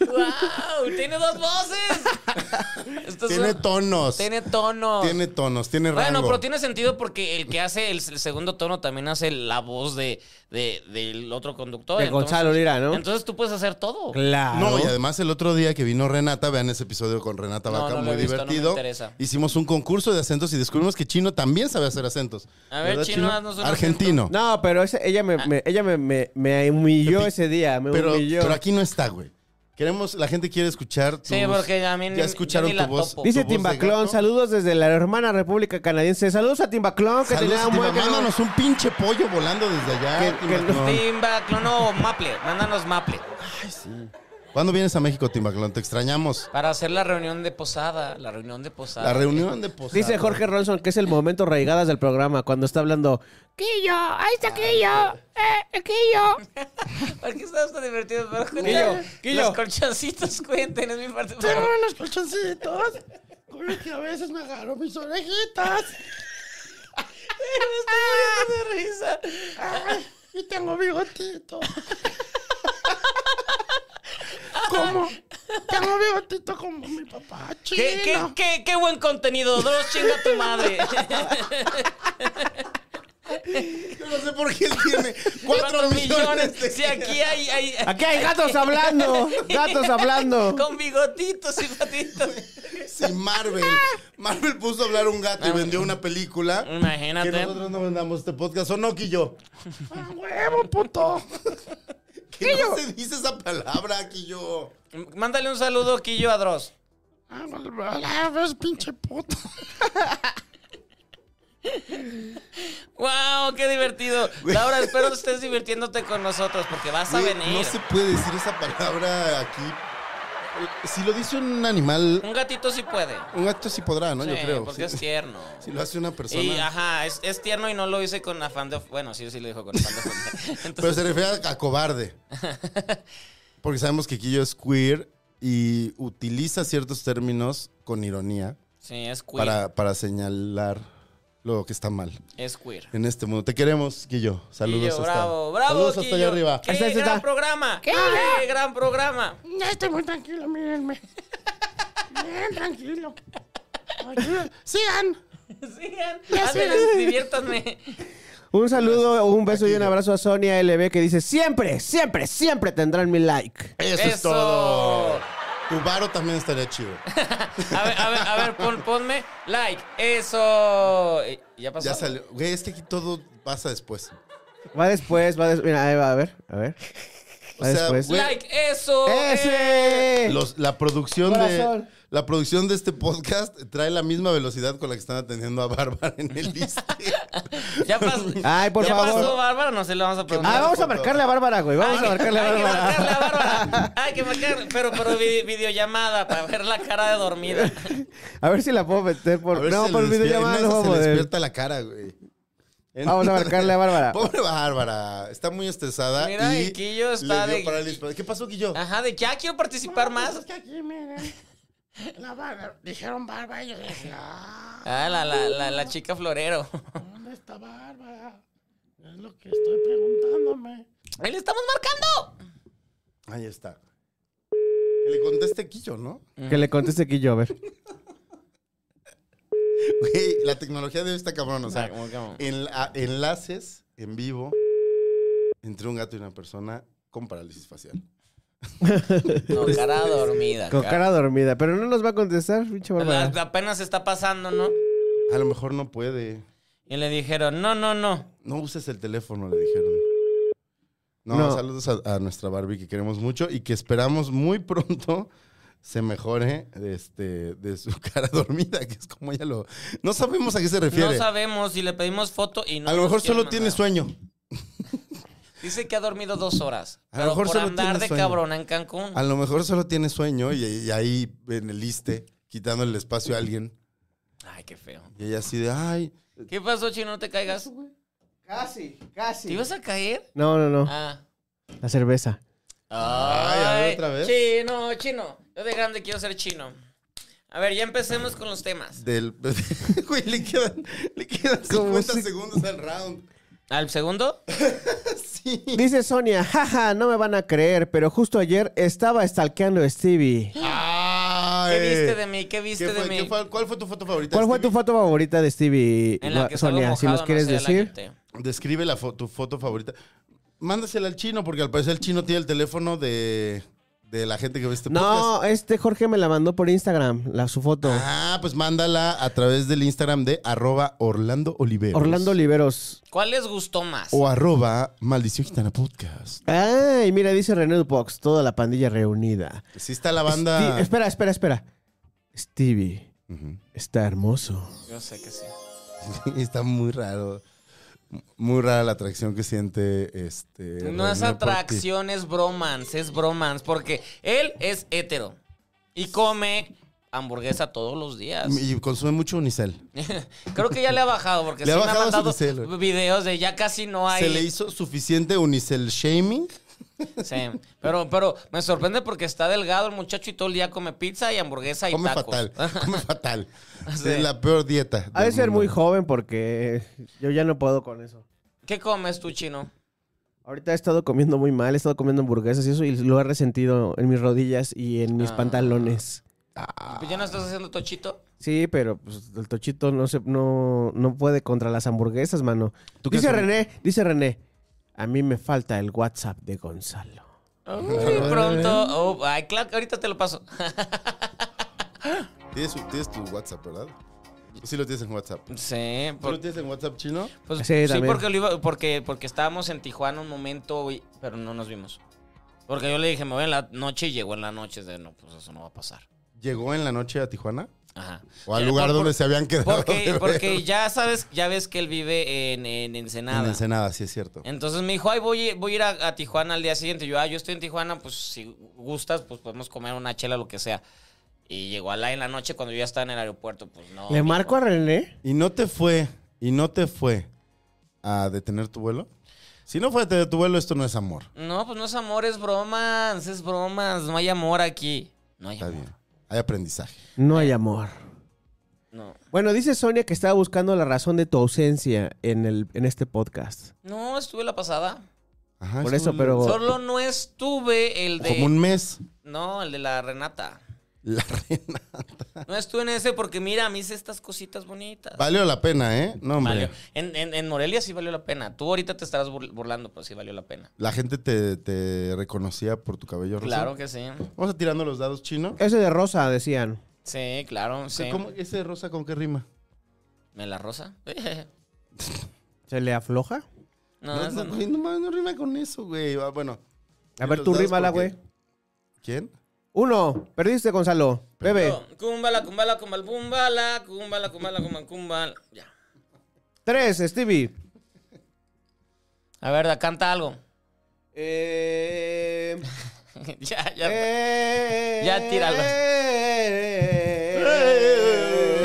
¡Wow! ¡Tiene dos voces! Esto es Tiene un- tonos. Tiene, Tiene tono. tonos, tiene rango. Bueno, pero tiene sentido porque el que hace el, el segundo tono también hace la voz de, de- del otro conductor. De Entonces- Gonzalo Lira, ¿no? Entonces tú puedes hacer todo. Claro. No, y además el otro día que vino Renata, vean ese episodio con Renata No, Vaca, no lo muy he visto, no me divertido. interesa. Hicimos un concurso de acentos y descubrimos que Chino también sabe hacer acentos. A ver, ¿Verdad, Chino, haznos un Argentino. No, pero ese- ella, me, me- ella me, me- me humilló Te pi- ese día. Me pero, humilló. pero aquí no está, güey. Queremos, la gente quiere escuchar tus- Sí, porque a mí ni- ya escucharon yo ni tu la voz. topo. tu Dice voz de Timbaclón, gato. saludos desde la hermana República Canadiense. Saludos a Timbaclón, que Saludos, tenía un Timba, buen calor. mándanos un pinche pollo volando desde allá. Que- que- Timbaclón. Timba, clono, Maple. Mándanos Maple. ¿Cuándo vienes a México, Timbaclón? Te extrañamos. Para hacer la reunión de posada. La reunión de posada. La reunión de posada. Dice Jorge Ronson que es el momento reigadas del programa cuando está hablando. ¡Quillo! ¡Ahí está Quillo! ¡Eh, Quillo! ¿Por qué estás tan divertido? Pero Guillo, cuéntame. Guillo. Los colchoncitos cuenten, es mi parte. Tengo unos colchoncitos con los que a veces me agarro mis orejitas. Me está muriendo de risa. Ay, y tengo bigotito. Como tengo bigotito como mi papá chino. ¿Qué, qué, qué, qué buen contenido, Dross, chinga tu madre. Yo no sé por qué él tiene cuatro ¿Cuántos millones de... Si aquí hay, hay- Aquí hay gatos hablando, gatos hablando. Con bigotitos y patitos. Sí, Marvel. Marvel puso a hablar un gato y vendió una película. Que Imagínate. nosotros no vendamos este podcast, ¿o no, Quillo? Ah, huevo, puto. Que no se dice esa palabra, Quillo. Mándale un saludo, Quillo, a Dross. Ah, ah, ves, pinche puto. ¡Wow! ¡Qué divertido! Laura, espero que estés divirtiéndote con nosotros porque vas a Güey, venir. No se puede decir esa palabra aquí. Si lo dice un animal, Un gatito sí puede. un gato sí podrá, ¿no? Yo Sí, creo. Porque Sí. es tierno. Si lo hace una persona. Y ajá, es, es tierno y no lo hice con afán de. of- Bueno, sí, sí lo dijo con afán de. ofender. Pero Entonces, se refiere a, a cobarde. Porque sabemos que Quillo es queer y utiliza ciertos términos con ironía sí, es queer. para, para señalar lo que está mal Es queer. en este mundo. Te queremos, Quillo. Saludos Quillo, hasta, bravo, bravo. saludos hasta allá Quillo. arriba. ¡Qué Ahí está, ahí gran está. programa! ¡Qué gran programa! Ya estoy muy tranquilo, mírenme. Bien tranquilo. Aquí- Sigan. Sigan, Ya ándale, sé. diviértanme. Un saludo, un beso y un abrazo a Sonia LB que dice siempre, siempre, siempre tendrán mi like. Eso, Eso. es todo. Tu varo también estaría chido. A ver, a ver, a ver, pon- ponme like. Eso. Eh, Ya pasó. Ya salió. Güey, es que aquí todo pasa después. Va después, va después. Mira, ahí va, a ver, a ver. O Va sea, después. güey, Like, eso. eh. ¡Ese! Los- la producción de Corazón. la producción de este podcast trae la misma velocidad con la que están atendiendo a Bárbara en el liste. Ya pasó. Ay, Ah, por ya favor. pasó, Bárbara. No se lo vamos a preguntar. Ah, vamos a marcarle a Bárbara, güey. Vamos Hay- a marcarle a hay que marcarle a Bárbara. Bárbara. Hay que marcarle. Pero, pero vi- videollamada para ver la cara de dormida. A ver si la puedo meter A por. ver No, si por le despierta- videollamada en esa no va a se le poder. despierta la cara, güey. En Vamos a una- marcarle a Bárbara. Pobre Bárbara, está muy estresada. Mira, y el Quillo está le dio de- parálisis. ¿Qué pasó, Quillo? Ajá, de que ah, quiero participar más. Es que aquí, miren. La barba, dijeron barba y yo dije, ah, Ah, la, la, la, la chica florero. ¿dónde está barba? Es lo que estoy preguntándome. Ahí le estamos marcando. Ahí está. Que le conteste Quillo, ¿no? Que le conteste aquí yo, a ver. Güey, la tecnología de hoy está cabrón, o sea, Ah, ¿cómo, cómo? enla- enlaces en vivo entre un gato y una persona con parálisis facial. No, cara dormida. Con cara- cara dormida. Pero no nos va a contestar, pinche La- Bárbara. apenas está pasando, ¿no? A lo mejor no puede. Y le dijeron, no, no, no. No uses el teléfono, le dijeron. No, No. saludos a, a nuestra Barbie que queremos mucho y que esperamos muy pronto se mejore este, de su cara dormida, que es como ella lo... No sabemos a qué se refiere. No sabemos si le pedimos foto y no. a lo nos mejor quiere solo tiene mandar. sueño. Dice que ha dormido dos horas. A pero lo mejor por solo andar tiene de sueño. Ah. cabrona en Cancún. A lo mejor solo tiene sueño y, y ahí en el liste, quitando el espacio a alguien. Ay, qué feo. Y ella así de, ay, ¿Qué pasó, chino? No te caigas. Casi, ¿Te casi. ibas a caer? No, no, no. Ah. La cerveza. Ay, a ver, otra vez. Chino, chino. Yo de grande quiero ser chino. A ver, ya empecemos con los temas. del... Güey, le quedan, le quedan ¿Cómo 50 se- segundos al round. ¿Al segundo? Sí. Dice Sonia, jaja, no me van a creer, pero justo ayer estaba stalkeando a Este Stevie. Ay. ¿Qué viste de mí? ¿Qué viste Eh, ¿Qué de fue- mí? qué fue- ¿Cuál fue tu foto favorita? ¿Cuál fue tu Stevie? foto favorita de Stevie, En la que salgo Sonia? Si mojado, nos no quieres sé, la decir. gente. Describe la fo- tu foto favorita. Mándasela al chino, porque al parecer el chino tiene el teléfono de, de la gente que ve este podcast. No, este Jorge me la mandó por Instagram, la, su foto. Ah, pues mándala a través del Instagram de arroba Orlando Oliveros. Orlando Oliveros. ¿Cuál les gustó más? O arroba Maldición Gitana Podcast. Ay, mira, dice René Dupox, toda la pandilla reunida. Sí está la Sti- banda... espera, espera, espera. Stevie Ujú. está hermoso. Yo sé que sí. está muy raro. Muy rara la atracción que siente este... No es René por ti. atracción, es bromance, es bromance, porque él es hétero y come hamburguesa todos los días. Y consume mucho unicel. Creo que ya le ha bajado, porque Le sí ha me ha bajado su mandado unicel, güey. videos de ya casi no hay. ¿Se le hizo suficiente unicel shaming? Sí, pero, pero me sorprende porque está delgado el muchacho y todo el día come pizza y hamburguesa y Come tacos. fatal, come fatal. Sí. Es la peor dieta. Ha de del ser mundo. muy joven porque yo ya no puedo con eso. ¿Qué comes tú, chino? Ahorita he estado comiendo muy mal, he estado comiendo hamburguesas y eso, y lo he resentido en mis rodillas y en mis Ah. pantalones. Ah. Pues ya no estás haciendo tochito. Sí, pero pues, el tochito no se, no, no puede contra las hamburguesas, mano. qué Dice has comido? René, dice René, a mí me falta el WhatsApp de Gonzalo. Uy, pronto. Oh, ay, claro, que ahorita te lo paso. Tienes, tienes tu WhatsApp, ¿verdad? Tú Sí lo tienes en WhatsApp. ¿Tú Sí, lo por- tienes en WhatsApp chino? pues, Sí, sí, también. porque, lo iba- porque, porque estábamos en Tijuana un momento, y- pero no nos vimos. Porque yo le dije, me voy en la noche y llegó en la noche. De, no, pues eso no va a pasar. ¿Llegó en la noche a Tijuana? Ajá. ¿O al Ya, lugar por- donde por- se habían quedado? de Porque, ver? porque ya sabes, ya ves que él vive en, en Ensenada. En Ensenada, sí es cierto. Entonces me dijo, ay, voy, voy a ir a, a Tijuana al día siguiente. Yo, ah, yo estoy en Tijuana, pues si gustas, pues podemos comer una chela, lo que sea. Y llegó a la en la noche cuando yo ya estaba en el aeropuerto, pues no. Oh. ¿Le mijo. marco a René? ¿Y no te fue, y no te fue a detener tu vuelo? Si no fue a detener tu vuelo, esto no es amor. No, pues no es amor, es bromas, es bromas. No hay amor aquí. No hay Está amor. bien. Hay aprendizaje. No hay amor. No. Bueno, dice Sonia que estaba buscando la razón de tu ausencia en, el, en este podcast. No, estuve la pasada. Ajá, Por es eso, un- pero... Solo no estuve el de. Oh. Como un mes. No, el de la Renata. La reina. No estuve en ese porque mira, a mí hice estas cositas bonitas. Valió la pena, ¿eh? No, hombre. Valió. En, en- en Morelia sí valió la pena. Tú ahorita te estarás burl- burlando, pero sí valió la pena. La gente te, te reconocía por tu cabello rosa. Claro que sí. Vamos a tirando los dados chino. Ese de Rosa, decían. Sí, claro, sí. ¿Cómo- ¿Ese de rosa con qué rima? ¿Me la rosa? ¿Se le afloja? no, No, esa no, no. güey, no mames, no rima con eso, güey. Ah, bueno. A Dime ver, los tú dados rímala, porque- güey. ¿Quién? Uno, perdiste, Gonzalo. Bebe. No, Cúmbala, cúmbala, cúmbala, cúmbala, cúmbala, cúmbala, cúmbala, cúmbala. Ya. Tres, Stevie. A ver, da, canta algo. Eh, ya, ya. eh, Ya tíralas. eh, Tan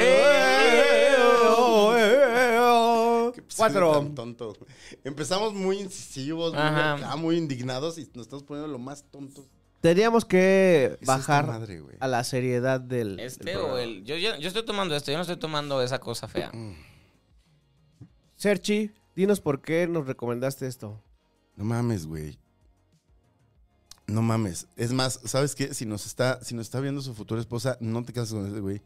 Eh, eh, oh, eh, Cuatro. pues, Tonto. Empezamos muy incisivos, muy, Ajá. acá, muy indignados y nos estamos poniendo lo más tontos. Teníamos que Es esta bajar madre, güey. a la seriedad del. del este o programa. el. Yo, yo, yo estoy tomando esto, yo no estoy tomando esa cosa fea. Serchi, dinos por qué nos recomendaste esto. No mames, güey. No mames. Es más, ¿sabes qué? Si nos está, si nos está viendo su futura esposa, no te cases con ese güey.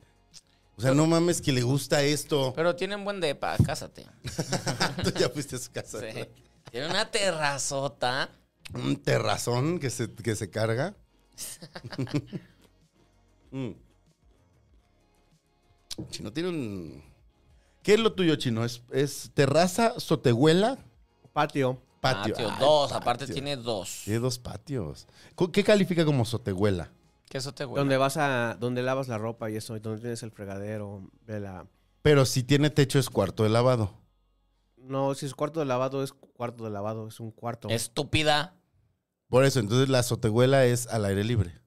O sea, no mames que le gusta esto. Pero tienen buen depa, cásate. Tú ya fuiste a su casa. Sí. Tiene una terrazota. Un terrazón que se, que se carga. Mm. Chino tiene un. ¿Qué es lo tuyo, Chino? ¿Es, es terraza, sotehuela, Patio. patio? Patio, Ay, Ah, dos, aparte patio. tiene dos. Tiene dos patios. ¿Cu- ¿Qué califica como sotehuela? Que eso te huele. Donde vas a. Donde lavas la ropa y eso. y Donde tienes el fregadero. De la... Pero si tiene techo, es cuarto de lavado. No, si es cuarto de lavado, es cuarto de lavado. Es un cuarto. Estúpida. Por eso, entonces la sotehuela es al aire libre.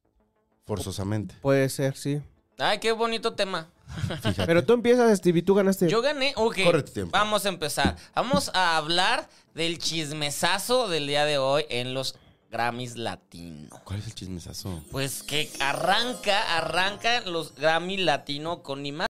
Forzosamente. Puede ser, sí. Ay, qué bonito tema. Fíjate. Pero tú empiezas, Stevie. Tú ganaste. Yo gané. Ok. Corre tu tiempo. Vamos a empezar. Vamos a hablar del chismesazo del día de hoy en los Grammys Latino. ¿Cuál es el chismesazo? Pues que arranca, arranca los Grammy Latino con ni más.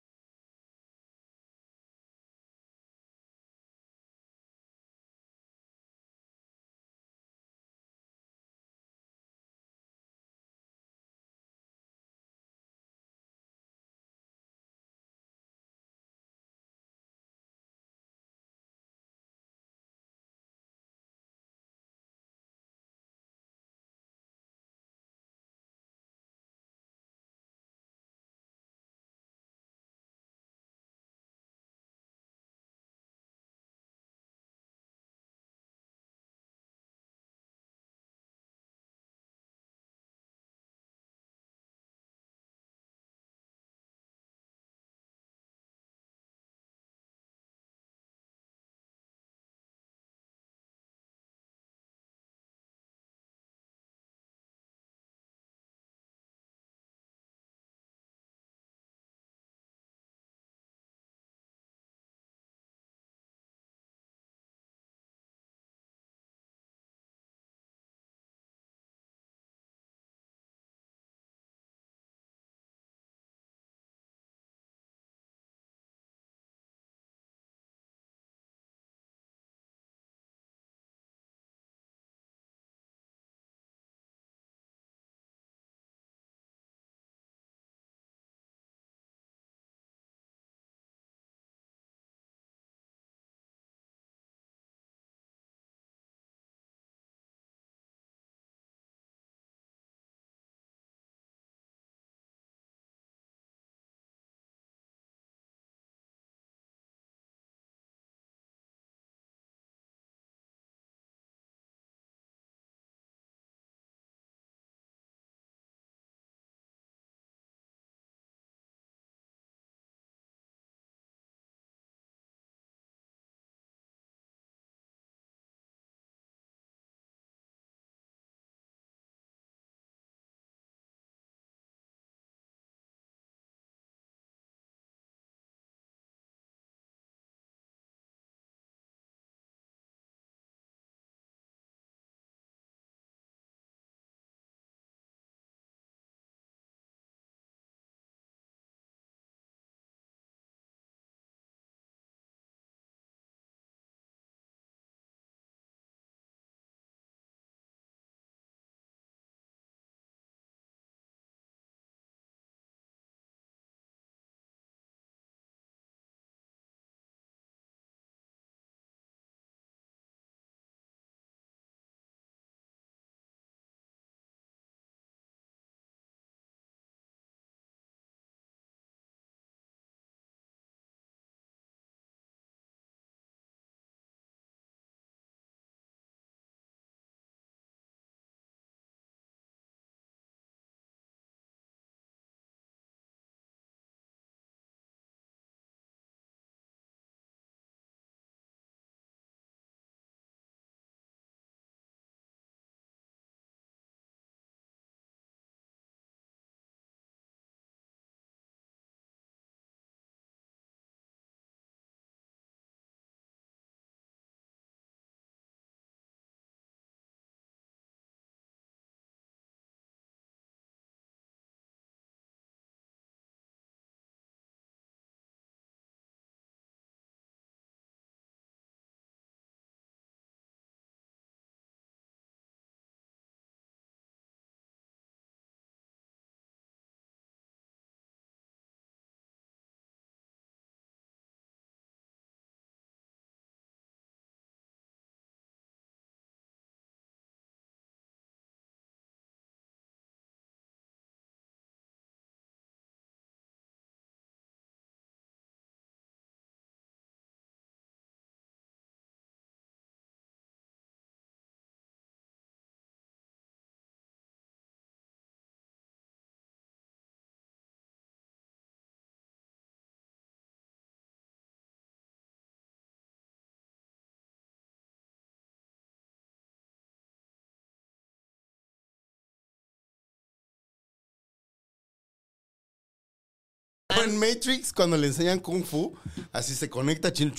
Ah. Como en Matrix, cuando le enseñan Kung Fu, así se conecta chin.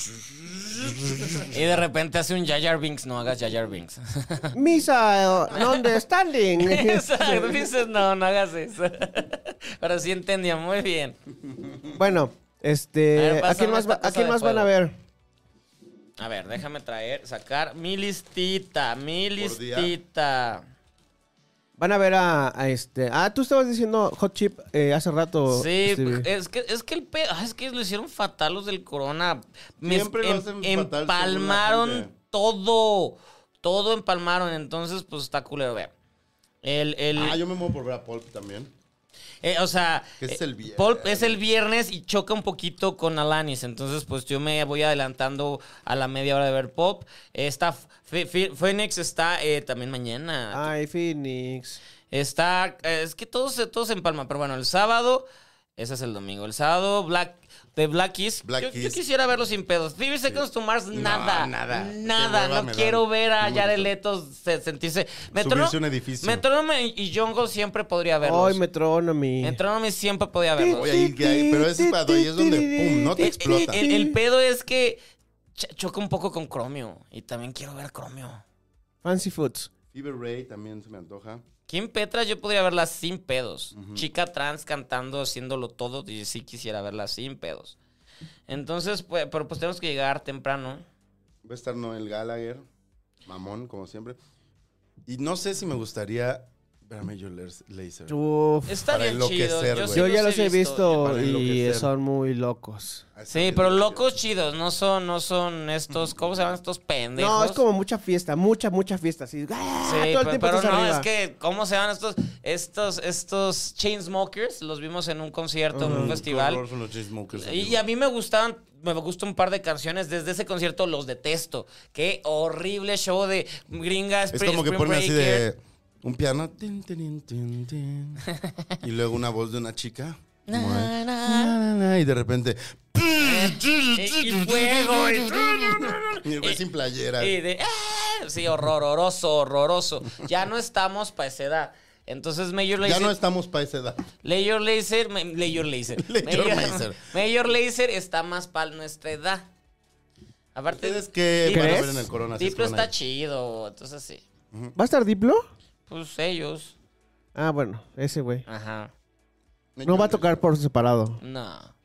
Y de repente hace un Jajar Binks. No hagas Jajar Binks. Misa, ¿dónde standing? Exacto. Dices, no, no hagas eso. Pero sí entendía muy bien. bueno, A ver, este. ¿A, pásame quién más, esta va- a taza quién de más van a fuego. ver? A ver, déjame traer, sacar mi listita, mi Por día. listita. Van a ver a, a este. Ah, tú estabas diciendo Hot Chip eh, hace rato. Sí, pues, eh, Stevie. es que, es que el pe... ah, es que lo hicieron fatal los del corona. Me em, Siempre lo hacen fatal, según la Empalmaron gente. todo. Todo empalmaron. Entonces, pues está culero. Vea. El, el, Ah, yo me muevo por ver a Pulp también. eh, o sea, Que es eh, el viernes. Pulp es el viernes y choca un poquito con Alanis. Entonces, pues yo me voy adelantando a la media hora de ver Pop. Esta Fe- Fe- Phoenix está eh, también Ah. mañana. Ay, Phoenix. Está. eh, Es que todos, se- todos se empalman. Pero bueno, el sábado. Ese es el domingo. El sábado, Black. De Black Keys. Black yo, yo Keys. quisiera verlo sin pedos. Vive Seconds to Mars, nada. nada. Qué Nada. hueva No me quiero dan. ver No a me Jared gustó. Leto se- sentirse. Subirse a un edificio. Metrónome y Jungle siempre podría verlos. Ay, Metronomy. Metrónome siempre podía verlos. Oye, ahí, ahí- pero ese es cuando ahí es donde pum, no te explota. Eh, El, el pedo es que ch- choca un poco con Chromio. Y también quiero ver Chromio. Fancy Foods. Fever Ray también se me antoja. Kim Petras yo podría verla sin pedos. Chica trans cantando, haciéndolo todo. Y sí quisiera verla sin pedos. Entonces, pues, pero pues tenemos que llegar temprano. Va a estar Noel Gallagher, mamón, como siempre. Y no sé si me gustaría ver a Major Lazer- Lazer. Uf. Está Para bien chido. enloquecer, Yo, sí güey. Yo ya los he ya visto para y enloquecer. son muy locos. A esa Sí, pero mierda. locos chidos, no son, no son estos, ¿cómo se llaman estos pendejos? No, es como mucha fiesta, mucha, mucha fiesta. Así, ¡ah! Sí, todo el pe- tiempo pero, estás no, arriba. es que, ¿cómo se llaman estos, estos, estos Chainsmokers? Los vimos en un concierto, en un Qué festival. horror son los Chainsmokers, Y, amigo. y a mí me gustaban, me gusta un par de canciones. Desde ese concierto los detesto. Qué horrible show de gringas. Es como que ponen así de un piano. tin, tin, tin, tin, y luego una voz de una chica. como de, na, na, na, y de repente. Eh, y Eh, fuego, Y el güey sin playera. Y de, ¡ah! Sí, horroroso, horroroso. Ya no estamos para esa edad. Entonces Major Ya Lazer, no estamos para esa edad. Major Lazer, Ma- Major Lazer, Major Major- Lazer. Major Lazer está más para nuestra edad. Aparte ¿Ustedes qué Diplo- van a ver en el Corona? si es Diplo Corona? está chido, entonces sí. ¿Va a estar Diplo? Pues ellos, Ah, bueno, ese güey. ajá, No va a tocar por separado. no.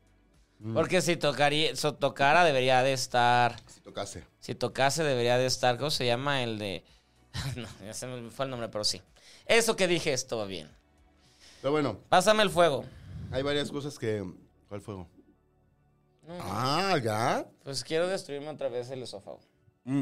Porque si tocaría, so tocara debería de estar, Si tocase. si tocase debería de estar, ¿cómo se llama el de? no, ya se me fue el nombre, pero sí. Eso que dije estuvo bien. Pero bueno, Pásame el fuego. hay varias cosas que. ¿Cuál fuego? Ah, ya. Pues quiero destruirme otra vez el esófago. Mm.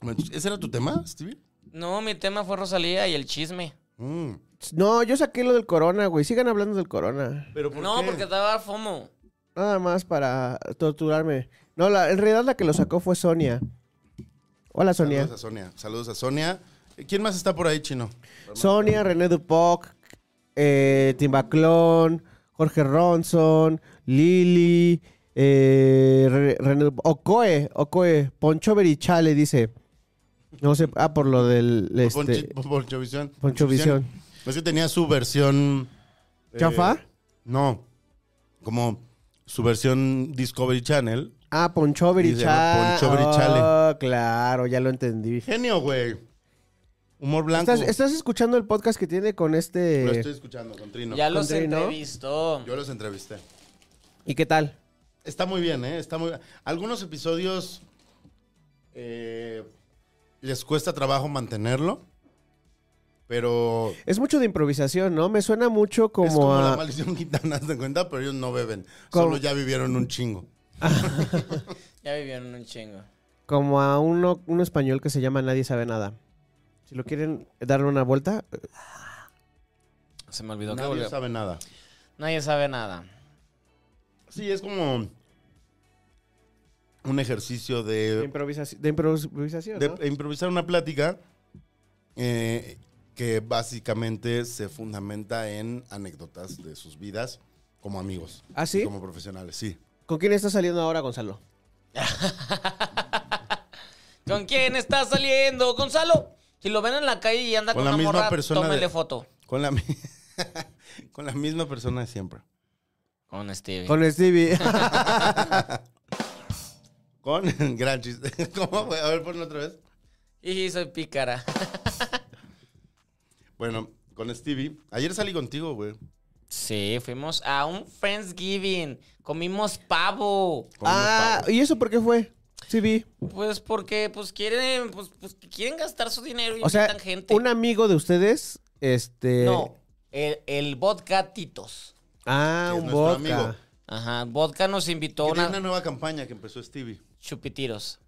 Bueno, ¿Ese era tu tema, Stevie? No, mi tema fue Rosalía y el chisme. Mm. No, yo saqué lo del corona, güey. Sigan hablando del corona. ¿Pero por no, qué? porque estaba FOMO. Nada más para torturarme. No, la, en realidad la que lo sacó fue Sonia. Hola, Sonia. Saludos a Sonia. Saludos a Sonia. Eh, ¿Quién más está por ahí, chino? Sonia, René Dupoc, eh, Timbaclón, Jorge Ronson, Lili, eh, Re- René Dupoc- Ocoe, Ocoe, Poncho Berichale dice. No sé, ah, por lo del. Este, Ponchi- Ponchovisión. Ponchovision. Es que tenía su versión. eh, ¿Chafa? No. Como su versión Discovery Channel. Ah, Poncho Berichale. Y se llama Poncho Berichale. Oh, claro, ya lo entendí. Genio, güey. Humor blanco. ¿Estás, estás escuchando el podcast que tiene con Lo este. estoy escuchando con Trino. ya los Andrei, ¿no? entrevistó. Yo los entrevisté. ¿Y qué tal? Está muy bien, ¿eh? Está muy Algunos episodios eh, les cuesta trabajo mantenerlo, pero Es mucho de improvisación, ¿no? Me suena mucho como, es como a. la maldición gitana, ¿se cuenta? Pero ellos no beben. Como- Solo ya vivieron un chingo. Ya vivieron un chingo. Como a uno, un español que se llama Nadie sabe nada. Si lo quieren dar una vuelta, eh, Se me olvidó que Nadie volvió. sabe nada. Nadie sabe nada. Sí, es como un ejercicio de, de, improvisaci- de improvisación. ¿no? Eh, de eh, improvisar una plática eh, que básicamente se fundamenta en anécdotas de sus vidas como amigos. ¿Ah, sí? y Como profesionales, sí. ¿Con quién está saliendo ahora, Gonzalo? ¿Con quién está saliendo, Gonzalo? Si lo ven en la calle y anda Con con, la una misma morra, persona tómenle de- foto. Con la, mi- con la misma persona de siempre. Con Stevie. Con Stevie. Con gran chiste. ¿Cómo fue? A ver, ponlo otra vez. Y soy pícara. Bueno, con Stevie. Ayer salí contigo, güey. Sí, fuimos a un Friendsgiving. Comimos pavo. Con ah, unos ¿y eso por qué fue? Sí, vi. Pues porque pues quieren, pues, pues, quieren gastar su dinero y O sea, invitan gente. un amigo de ustedes, este. No, el, el vodka Titos. Ah, pavos, que es un nuestro amigo. vodka. Ajá, vodka nos invitó Que tiene una... una nueva campaña que empezó Stevie. Chupitiros.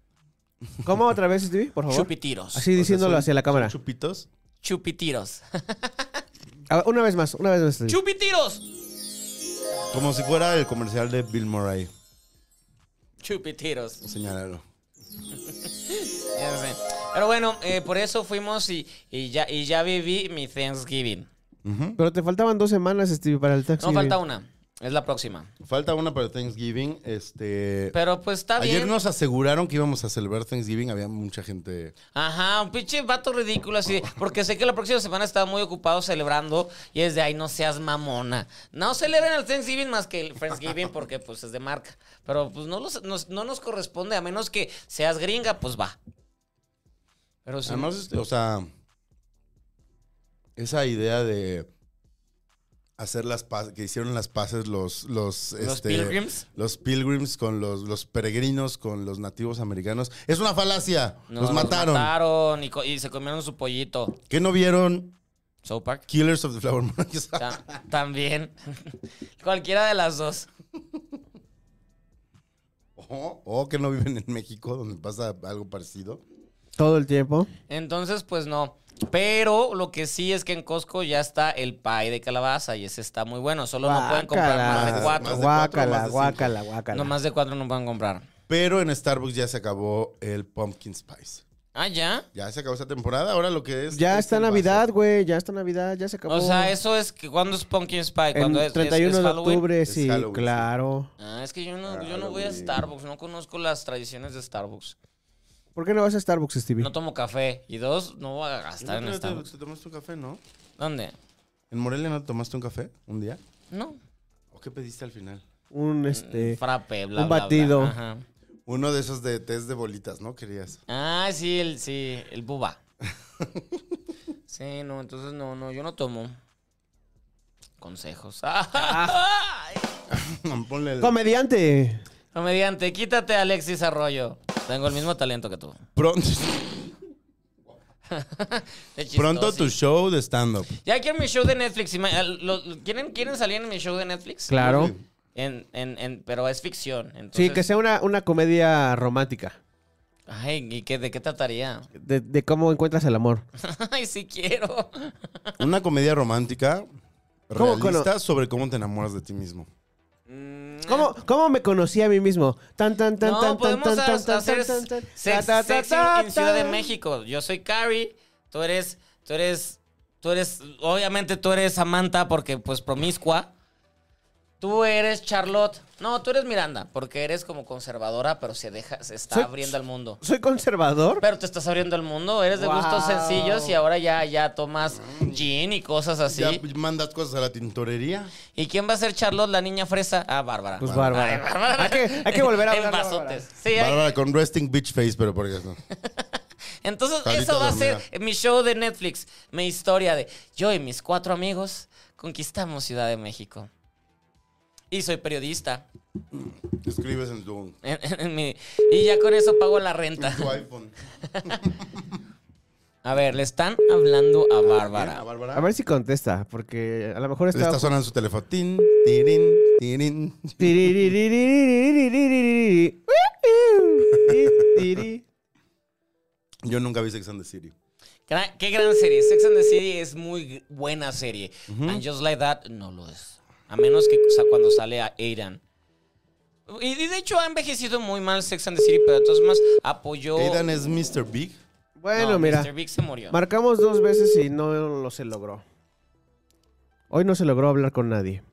¿Cómo otra vez, Stevie? Por favor. Chupitiros. Así diciéndolo hacia la cámara. Chupitos. Chupitiros. A ver, Ah, una vez más, una vez más. Stevie. Chupitiros. Como si fuera el comercial de Bill Murray. Chupitiros. Señálalo. Ya sé. Pero bueno, eh, por eso fuimos y, y ya, y ya viví mi Thanksgiving. Ujú. Pero te faltaban dos semanas, Stevie, para el taxi. No falta una. Es la próxima. Falta una para Thanksgiving. Este. Pero pues está Ayer bien. nos aseguraron que íbamos a celebrar Thanksgiving. Había mucha gente. Ajá, un pinche vato ridículo así. de- Porque sé que la próxima semana estaba muy ocupado celebrando y es de ay, no seas mamona. No celebren el Thanksgiving más que el Friendsgiving porque pues es de marca. Pero pues no, los- nos, no nos corresponde, a menos que seas gringa, pues va. Pero si Además, este, o sea. Esa idea de. Hacer las paces. Que hicieron las paces los. Los, los este, pilgrims. Los pilgrims con los, los peregrinos, con los nativos americanos. ¡Es una falacia! no, los mataron. mataron y, co- y se comieron su pollito. ¿Qué no vieron South Park. Killers of the Flower Moon? Ta- también. Cualquiera de las dos. o, o "Oh, que no viven en México, donde pasa algo parecido. Todo el tiempo. Entonces, pues no. Pero lo que sí es que en Costco ya está el pie de calabaza y ese está muy bueno. Solo Ah, no pueden comprar más Guácala. de cuatro. Más de cuatro, más Guácala, de cinco. guácala, guácala. No, más de cuatro no pueden comprar. Pero en Starbucks ya se acabó el Pumpkin Spice. Ah, ya. Ya se acabó esta temporada, ahora lo que es... Ya es está el vaso. Navidad, güey. Ya está Navidad, ya se acabó. O sea, eso es que cuando es Pumpkin Pie, En cuando es, es- 31 es de Halloween. octubre, Es sí, Halloween, sí. claro. Ah, es que yo no, yo no voy a Halloween. Starbucks, no conozco las tradiciones de Starbucks. ¿Por qué no vas a Starbucks, Stevie? No tomo café. Y dos, no voy a gastar en ¿No te, Starbucks. te tomaste un café, no? ¿Dónde? ¿En Morelia no te tomaste un café un día? No. ¿O qué pediste al final? Un este. Frappe, bla, un bla, bla. batido. Ajá. Uno de esos de test de bolitas, ¿no? Querías. Ah, sí, el, sí, el buba. sí, no, entonces no, no, yo no tomo consejos. Ah. Ay. Ponle el- ¡Comediante! Comediante, quítate Alexis Arroyo. Tengo el mismo talento que tú. Pronto, De chistoso. pronto tu show de stand-up. Ya quiero mi show de Netflix. ima- lo- lo- ¿Quieren, ¿Quieren salir en mi show de Netflix? Claro. En, en, en, pero es ficción. Entonces, Sí, que sea una, una comedia romántica. Ay, ¿y qué, de qué trataría? De, de cómo encuentras el amor. Ay, sí quiero. Una comedia romántica ¿Cómo, realista sobre cómo te enamoras de ti mismo. ¿Cómo, cómo me conocí a mí mismo? Tan, tan, tan, no, tan, tan, podemos tan, tan, ha- tan, hacer tan, tan, sex- ta, ta, ta, sexy ta, en Ciudad de ta. México. Yo soy Carrie, tú eres, tú eres, tú eres, obviamente tú eres Samantha porque pues promiscua. Tú eres Charlotte. No, tú eres Miranda porque eres como conservadora, pero se deja, se está Soy- abriendo al mundo. ¿Soy conservador? Pero te estás abriendo al mundo, eres de gustos Wow. sencillos y ahora ya, ya tomas gin y cosas así. Ya mandas cosas a la tintorería. ¿Y quién va a ser Charlotte, la niña fresa? Ah, Bárbara. Pues Ay, Bárbara. Bárbara. Hay que, hay que volver a En hablar. de bazotes. Bárbara. Sí, hay- Bárbara con resting bitch face, pero porque eso. Entonces, Carita eso va a dormida. ser mi show de Netflix, mi historia de yo y mis cuatro amigos conquistamos Ciudad de México. Y soy periodista. Escribes en tu, En- en- en mi- y ya con eso pago la renta. en tu iPhone. A ver, le están hablando a ¿A Bárbara. Bárbara? A ver si contesta, porque a lo mejor Le está... está sonando su teléfono. Tin, tirin, tirin. Yo nunca vi Sex and the City. Gra- qué gran serie. Sex and the City es muy buena serie. And Just Like That no lo es. A menos que o sea, cuando sale a Aidan. Y, y de hecho ha envejecido muy mal Sex and the City, pero de todas formas apoyó. Aidan es Mr. Big. Bueno, No, mira, Mr. Big se murió. marcamos dos veces y no lo se logró. Hoy no se logró hablar con nadie.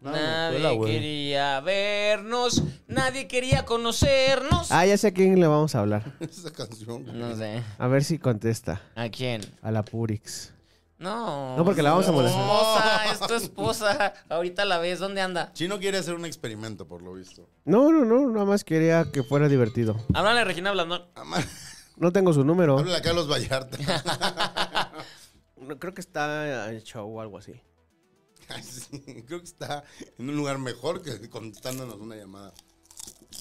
No, Nadie escuela, güey. quería vernos, nadie quería conocernos. Ah, ya sé a quién le vamos a hablar. Esa canción. güey. No sé. A ver si contesta. ¿A quién? A la Purix. No. No, porque la vamos a molestar. Esposa, es tu esposa. Ahorita la ves, ¿dónde anda? Chino quiere hacer un experimento, por lo visto. No, no, no, nada más quería que fuera divertido. Háblale a Regina Blandón. Ama- No tengo su número. Háblale a Carlos Vallarta. No, creo que está en show o algo así. Ay, sí, Creo que está en un lugar mejor que contestándonos una llamada.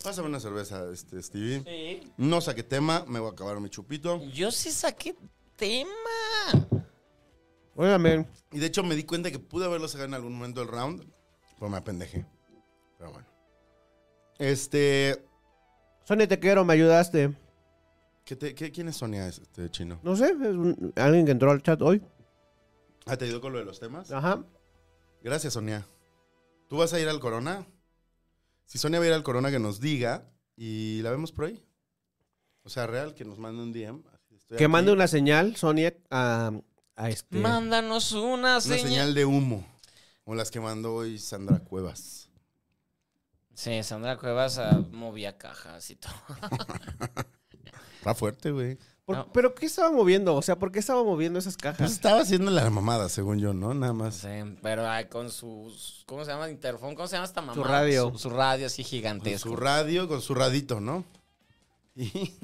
Pásame una cerveza, este, Stevie. Sí. No saqué tema, me voy a acabar mi chupito. Yo sí saqué tema. Óigame, Y de hecho me di cuenta que pude haberlo sacado en algún momento del round, pero me apendejé. Pero bueno. Este. Sony, te quiero, me ayudaste. ¿qué te- qué- ¿Quién es Sonia, este chino? No sé, es un- alguien que entró al chat hoy. Ah, ¿te ayudó con lo de los temas? Ajá. Gracias, Sonia. ¿Tú vas a ir al Corona? Si Sonia va a ir al Corona, que nos diga y la vemos por ahí. O sea, real, que nos mande un DM. así, estoy Que aquí. mande una señal, Sony, a, a este. Mándanos una Una señal. señal de humo. Como las que mandó hoy Sandra Cuevas. Sí, Sandra Cuevas ah, movía cajas y todo. Está fuerte, güey. Por- No. ¿Pero qué estaba moviendo? O sea, ¿por qué estaba moviendo esas Pues cajas? estaba haciendo la mamada, según yo, ¿no? Nada más. Sí, pero ah, con sus. ¿Cómo se llama? Interfón. ¿Cómo se llama esta mamá? radio. Su, su radio así Con gigantesco. su radio, con su radito, ¿no? Y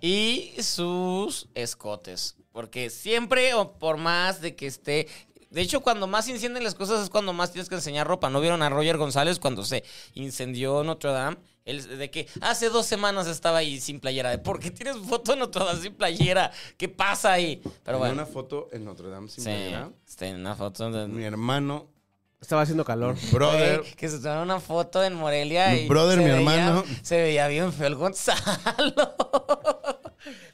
y sus escotes. Porque siempre, o por más de que esté. De hecho, cuando más incendian las cosas es cuando más tienes que enseñar ropa. ¿No vieron a Roger González cuando se incendió Notre Dame? Él, de que hace dos semanas estaba ahí sin playera. ¿De ¿Por qué tienes foto en Notre Dame sin playera? ¿Qué pasa ahí? Pero tenía bueno. una foto en Notre Dame sin sí, playera. está en una foto. de- Mi hermano, Estaba haciendo calor. brother. Güey, que se tomaron una foto en Morelia y. Brother, se mi veía- hermano. Se veía bien feo el Gonzalo.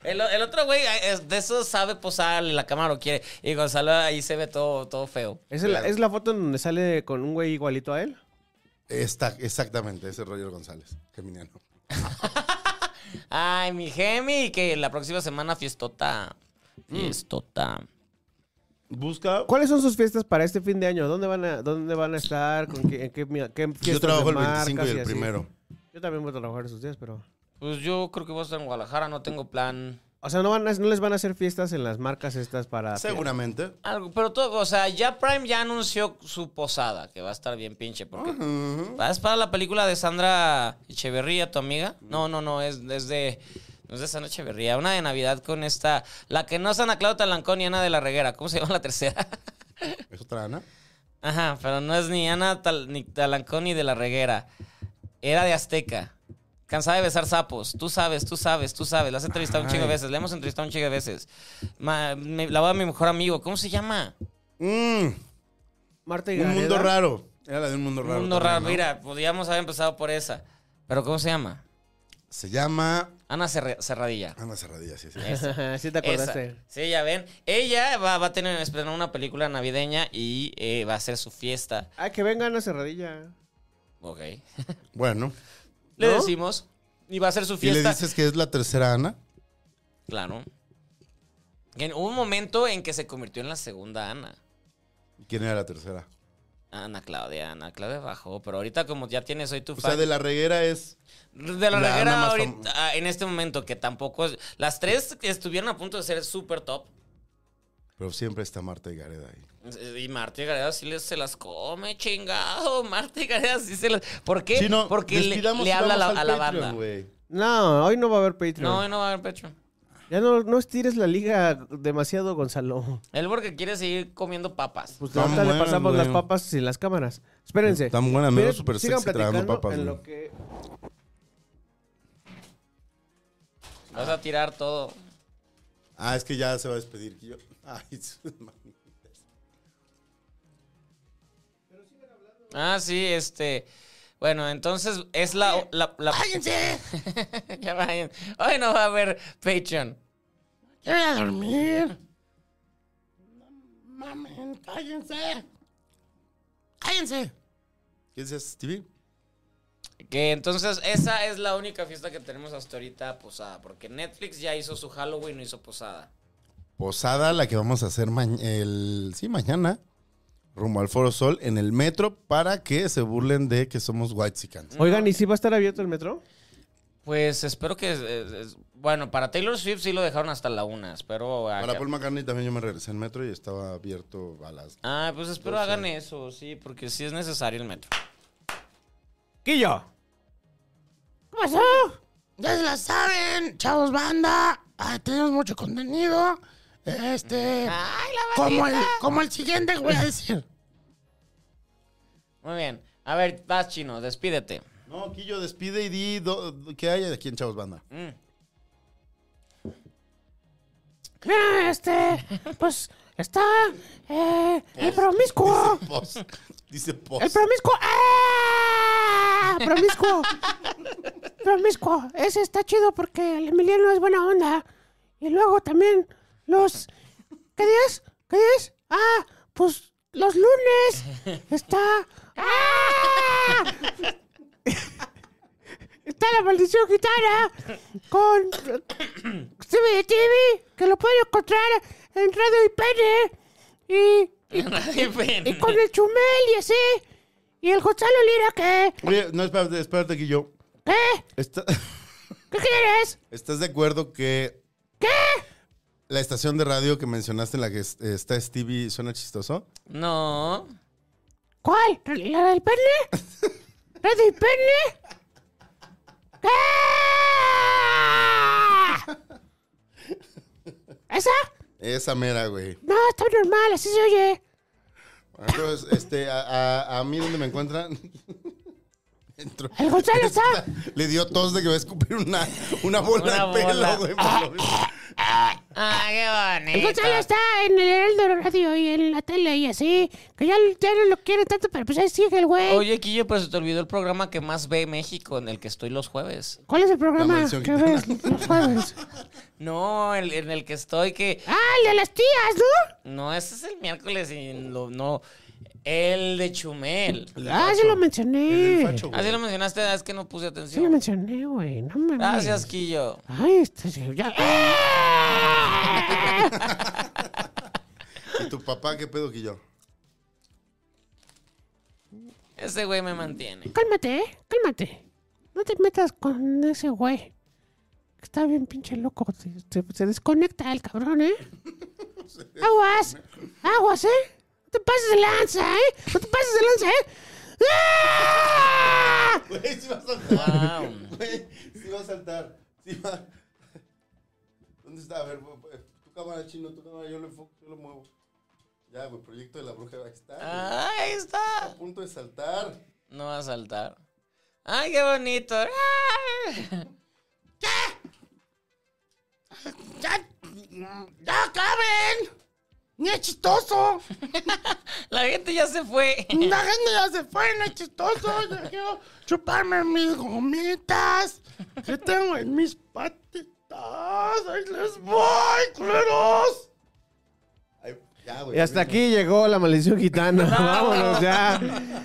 El, o- el otro güey es- de eso sabe posar, la cámara lo quiere. Y Gonzalo ahí se ve todo, todo feo. ¿Es la, ¿Es la foto en donde sale con un güey igualito a él? Está, exactamente, ese es Roger González, geminiano. Ay, mi Gemi, que la próxima semana fiestota. Mm. Fiestota. Busca. ¿Cuáles son sus fiestas para este fin de año? ¿Dónde van a, dónde van a estar? ¿Con qué, en qué, mi- qué fiestas Yo de trabajo el marcas 25 y el así? primero. Yo también voy a trabajar esos días, pero... Pues yo creo que voy a estar en Guadalajara, no tengo plan. O sea, ¿no, van a- no les van a hacer fiestas en las marcas estas para... Seguramente. Algo, pero todo, o sea, ya Prime ya anunció su posada, que va a estar bien pinche, porque Ujú. ¿Vas Ah, para la película de Sandra Echeverría, tu amiga? No, no, no, es, es de. No es de Sandra Echeverría, una de Navidad con esta. La que no es Ana Claudia Talancón y Ana de la Reguera. ¿Cómo se llama la tercera? ¿Es otra Ana? Ajá, pero no es ni Ana Tal- ni Talancón ni de la Reguera. Era de Azteca. Cansada de besar sapos. Tú sabes, tú sabes, tú sabes. La has entrevistado un chingo de Ay. veces. La hemos entrevistado un chingo de veces. Ma- me- la voz de mi mejor amigo. ¿Cómo se llama? Mm, Marta y un mundo Gareda. raro. Era la de un mundo raro. Mundo también, raro. ¿no? Mira, podríamos haber empezado por esa. Pero ¿cómo se llama? Se llama Ana Cerre- Cerradilla. Ana Cerradilla, sí, sí. sí te Esa. acordaste. Sí, ya ven. Ella va, va a tener estrenar una película navideña y eh, va a hacer su fiesta. Ay, Ah, que vengan a Cerradilla. Ok. Bueno. Le ¿No? decimos. Y va a hacer su ¿Y le fiesta. dices que es la tercera Ana? Claro. En- hubo un momento en que se convirtió en la segunda Ana. ¿Y ¿Quién era la tercera? Ana Claudia, Ana Claudia bajó, pero ahorita como ya tienes soy tu O fan. sea, de la reguera es. De la, La Reguera Ana más ahorita, fam- ah, en este momento, que tampoco es- Las tres estuvieron a punto de ser súper top. Pero siempre está Marta y Gareda ahí. Y Marta y Gareda sí les- se las come, chingado. Marta y Gareda sí se las... ¿Por qué? Chino, Porque le, despidamos le y habla a la, vamos al a la Patreon, banda. güey. No, hoy no va a haber Patreon. No, no va a haber Patreon. Ya no, no estires la liga demasiado, Gonzalo. Él porque quiere seguir comiendo papas. Pues Tan ahorita le buenas, pasamos güey. las papas sin las cámaras. Espérense. Tan buena, me veo Miren, súper sigan sexy tragando platicando papas. en güey. lo que- Vas a tirar todo. Ah, es que ya se va a despedir. que yo- Ay, sus manitas. Ah, sí, este... Bueno, entonces es la... la, la- ¡Cállense! ya vayan. Hoy no va a haber Patreon. ¡Ya voy a dormir! ¡No mamen! ¡Cállense! ¡Cállense! ¿Qué dices, Stevie? Que entonces esa es la única fiesta que tenemos hasta ahorita posada. Porque Netflix ya hizo su Halloween, no hizo posada. Posada, la que vamos a hacer ma- el, sí, mañana, rumbo al Foro Sol, en el metro, para que se burlen de que somos white Oigan, ¿y si va a estar abierto el metro? Pues espero que eh, es- Bueno, para Taylor Swift sí lo dejaron hasta la una. Espero. a Para que- Paul McCartney también yo me regresé en metro y estaba abierto a las... Ah, pues espero hagan eso, sí, porque sí es necesario el metro. Quillo. ¿Qué pasó? Ya se la saben, chavos banda. Ah, tenemos mucho contenido. Este. como, el, como el siguiente que voy a decir. Muy bien. A ver, vas, chino, despídete. No, Quillo, despide y di do- do- qué hay aquí en Chavos Banda. Mm. Mira, este. Pues está. eh, el promiscuo. Pos. Dice pos. El promiscuo. ¡Ah! Promiscuo. Promiscuo. Ese está chido porque el Emiliano es buena onda. Y luego también los. ¿Qué días? ¿Qué días? Ah, pues los lunes. Está. ¡Ah! Está la maldición gitana con CBTV, TV, que lo pueden encontrar en Radio IPN y, y Nadie y ven. con el Chumel y así. Y el Gonzalo Lira, ¿qué? Oye, no, espérate, espérate, Quillo. ¿Qué? Está- ¿Qué quieres? ¿Estás de acuerdo que... ¿Qué? La estación de radio que mencionaste en la que es- está Stevie suena chistoso. No. ¿Cuál? ¿La del pene? ¿La del pene? ¿Qué? ¿Esa? Esa mera, güey. No, está normal, así se oye. Entonces, este, a, a- a mí donde me encuentran. Entró- El Gonzalo está. Le dio tos de que va a escupir una, una bola Una de bola. pelo, güey. por lo menos. Ah, qué El bonito. Gonzalo está en el Heraldo Radio y en la tele y así. Que ya, ya no lo quieren tanto, pero pues ahí sigue el güey. Oye, Quillo, pero se te olvidó el programa que más ve México, en el que estoy los jueves. ¿Cuál es el programa maldición que gitana. ves los jueves? No, el- en el que estoy que... Ah, el de las tías, ¿no? No, ese es el miércoles y lo- no... El de Chumel. Ah, sí lo El mencioné. facho, güey. Así lo mencionaste, es que no puse Sí lo atención. mencioné, güey. No me Gracias, Quillo. Ay, este se- ya. ¿Y tu papá qué pedo que yo? Ese güey me mantiene. Cálmate, eh, cálmate. No te metas con ese güey. Que Está bien pinche loco. Se, se- se desconecta el cabrón, ¿eh? Aguas. Aguas, ¿eh? No te pases de lanza, ¿eh? No te pases de lanza, ¿eh? ¡Ah! Güey, sí va a saltar. Wow. Güey, sí va a saltar. Sí va. ¿Dónde está? A ver, güey, güey, tu cámara chino, tu cámara, yo lo enfoco, yo lo muevo. Ya, güey, proyecto de la bruja, ahí está. güey. Ah, ahí está. A punto de saltar. No va a saltar. Ay, qué bonito. Ay. ¡Ya! ¡Ya acaben! ¡Ni es chistoso! La gente ya se fue. La gente ya se fue, no es chistoso. Yo quiero chuparme mis gomitas que tengo en mis patitas. ¡Ahí les voy, culeros! Ahí- ya, güey. Y hasta aquí llegó la maldición gitana. Vámonos ya.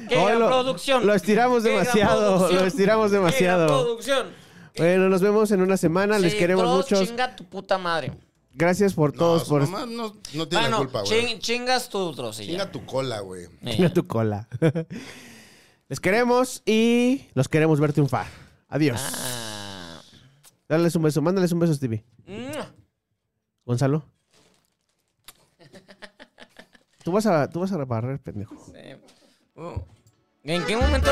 ¡Qué Hoy gran lo- producción! Lo estiramos ¡Qué gran demasiado. producción! Lo estiramos ¡Qué gran demasiado. producción! Bueno, nos vemos en una semana. Les Sí, queremos todos muchos. chinga tu puta madre. Gracias por No, todos. su por mamá no, no tiene la Bueno, culpa, güey. chin- chingas tu trocilla. Chinga tu cola, güey. Chinga tu cola. Les queremos y los queremos ver triunfar. Adiós. Ah. Dales un beso. Mándales un beso, Stevie. Mm. Gonzalo. Tú vas a, tú vas a barrer, pendejo. Eh, uh, ¿En qué momento?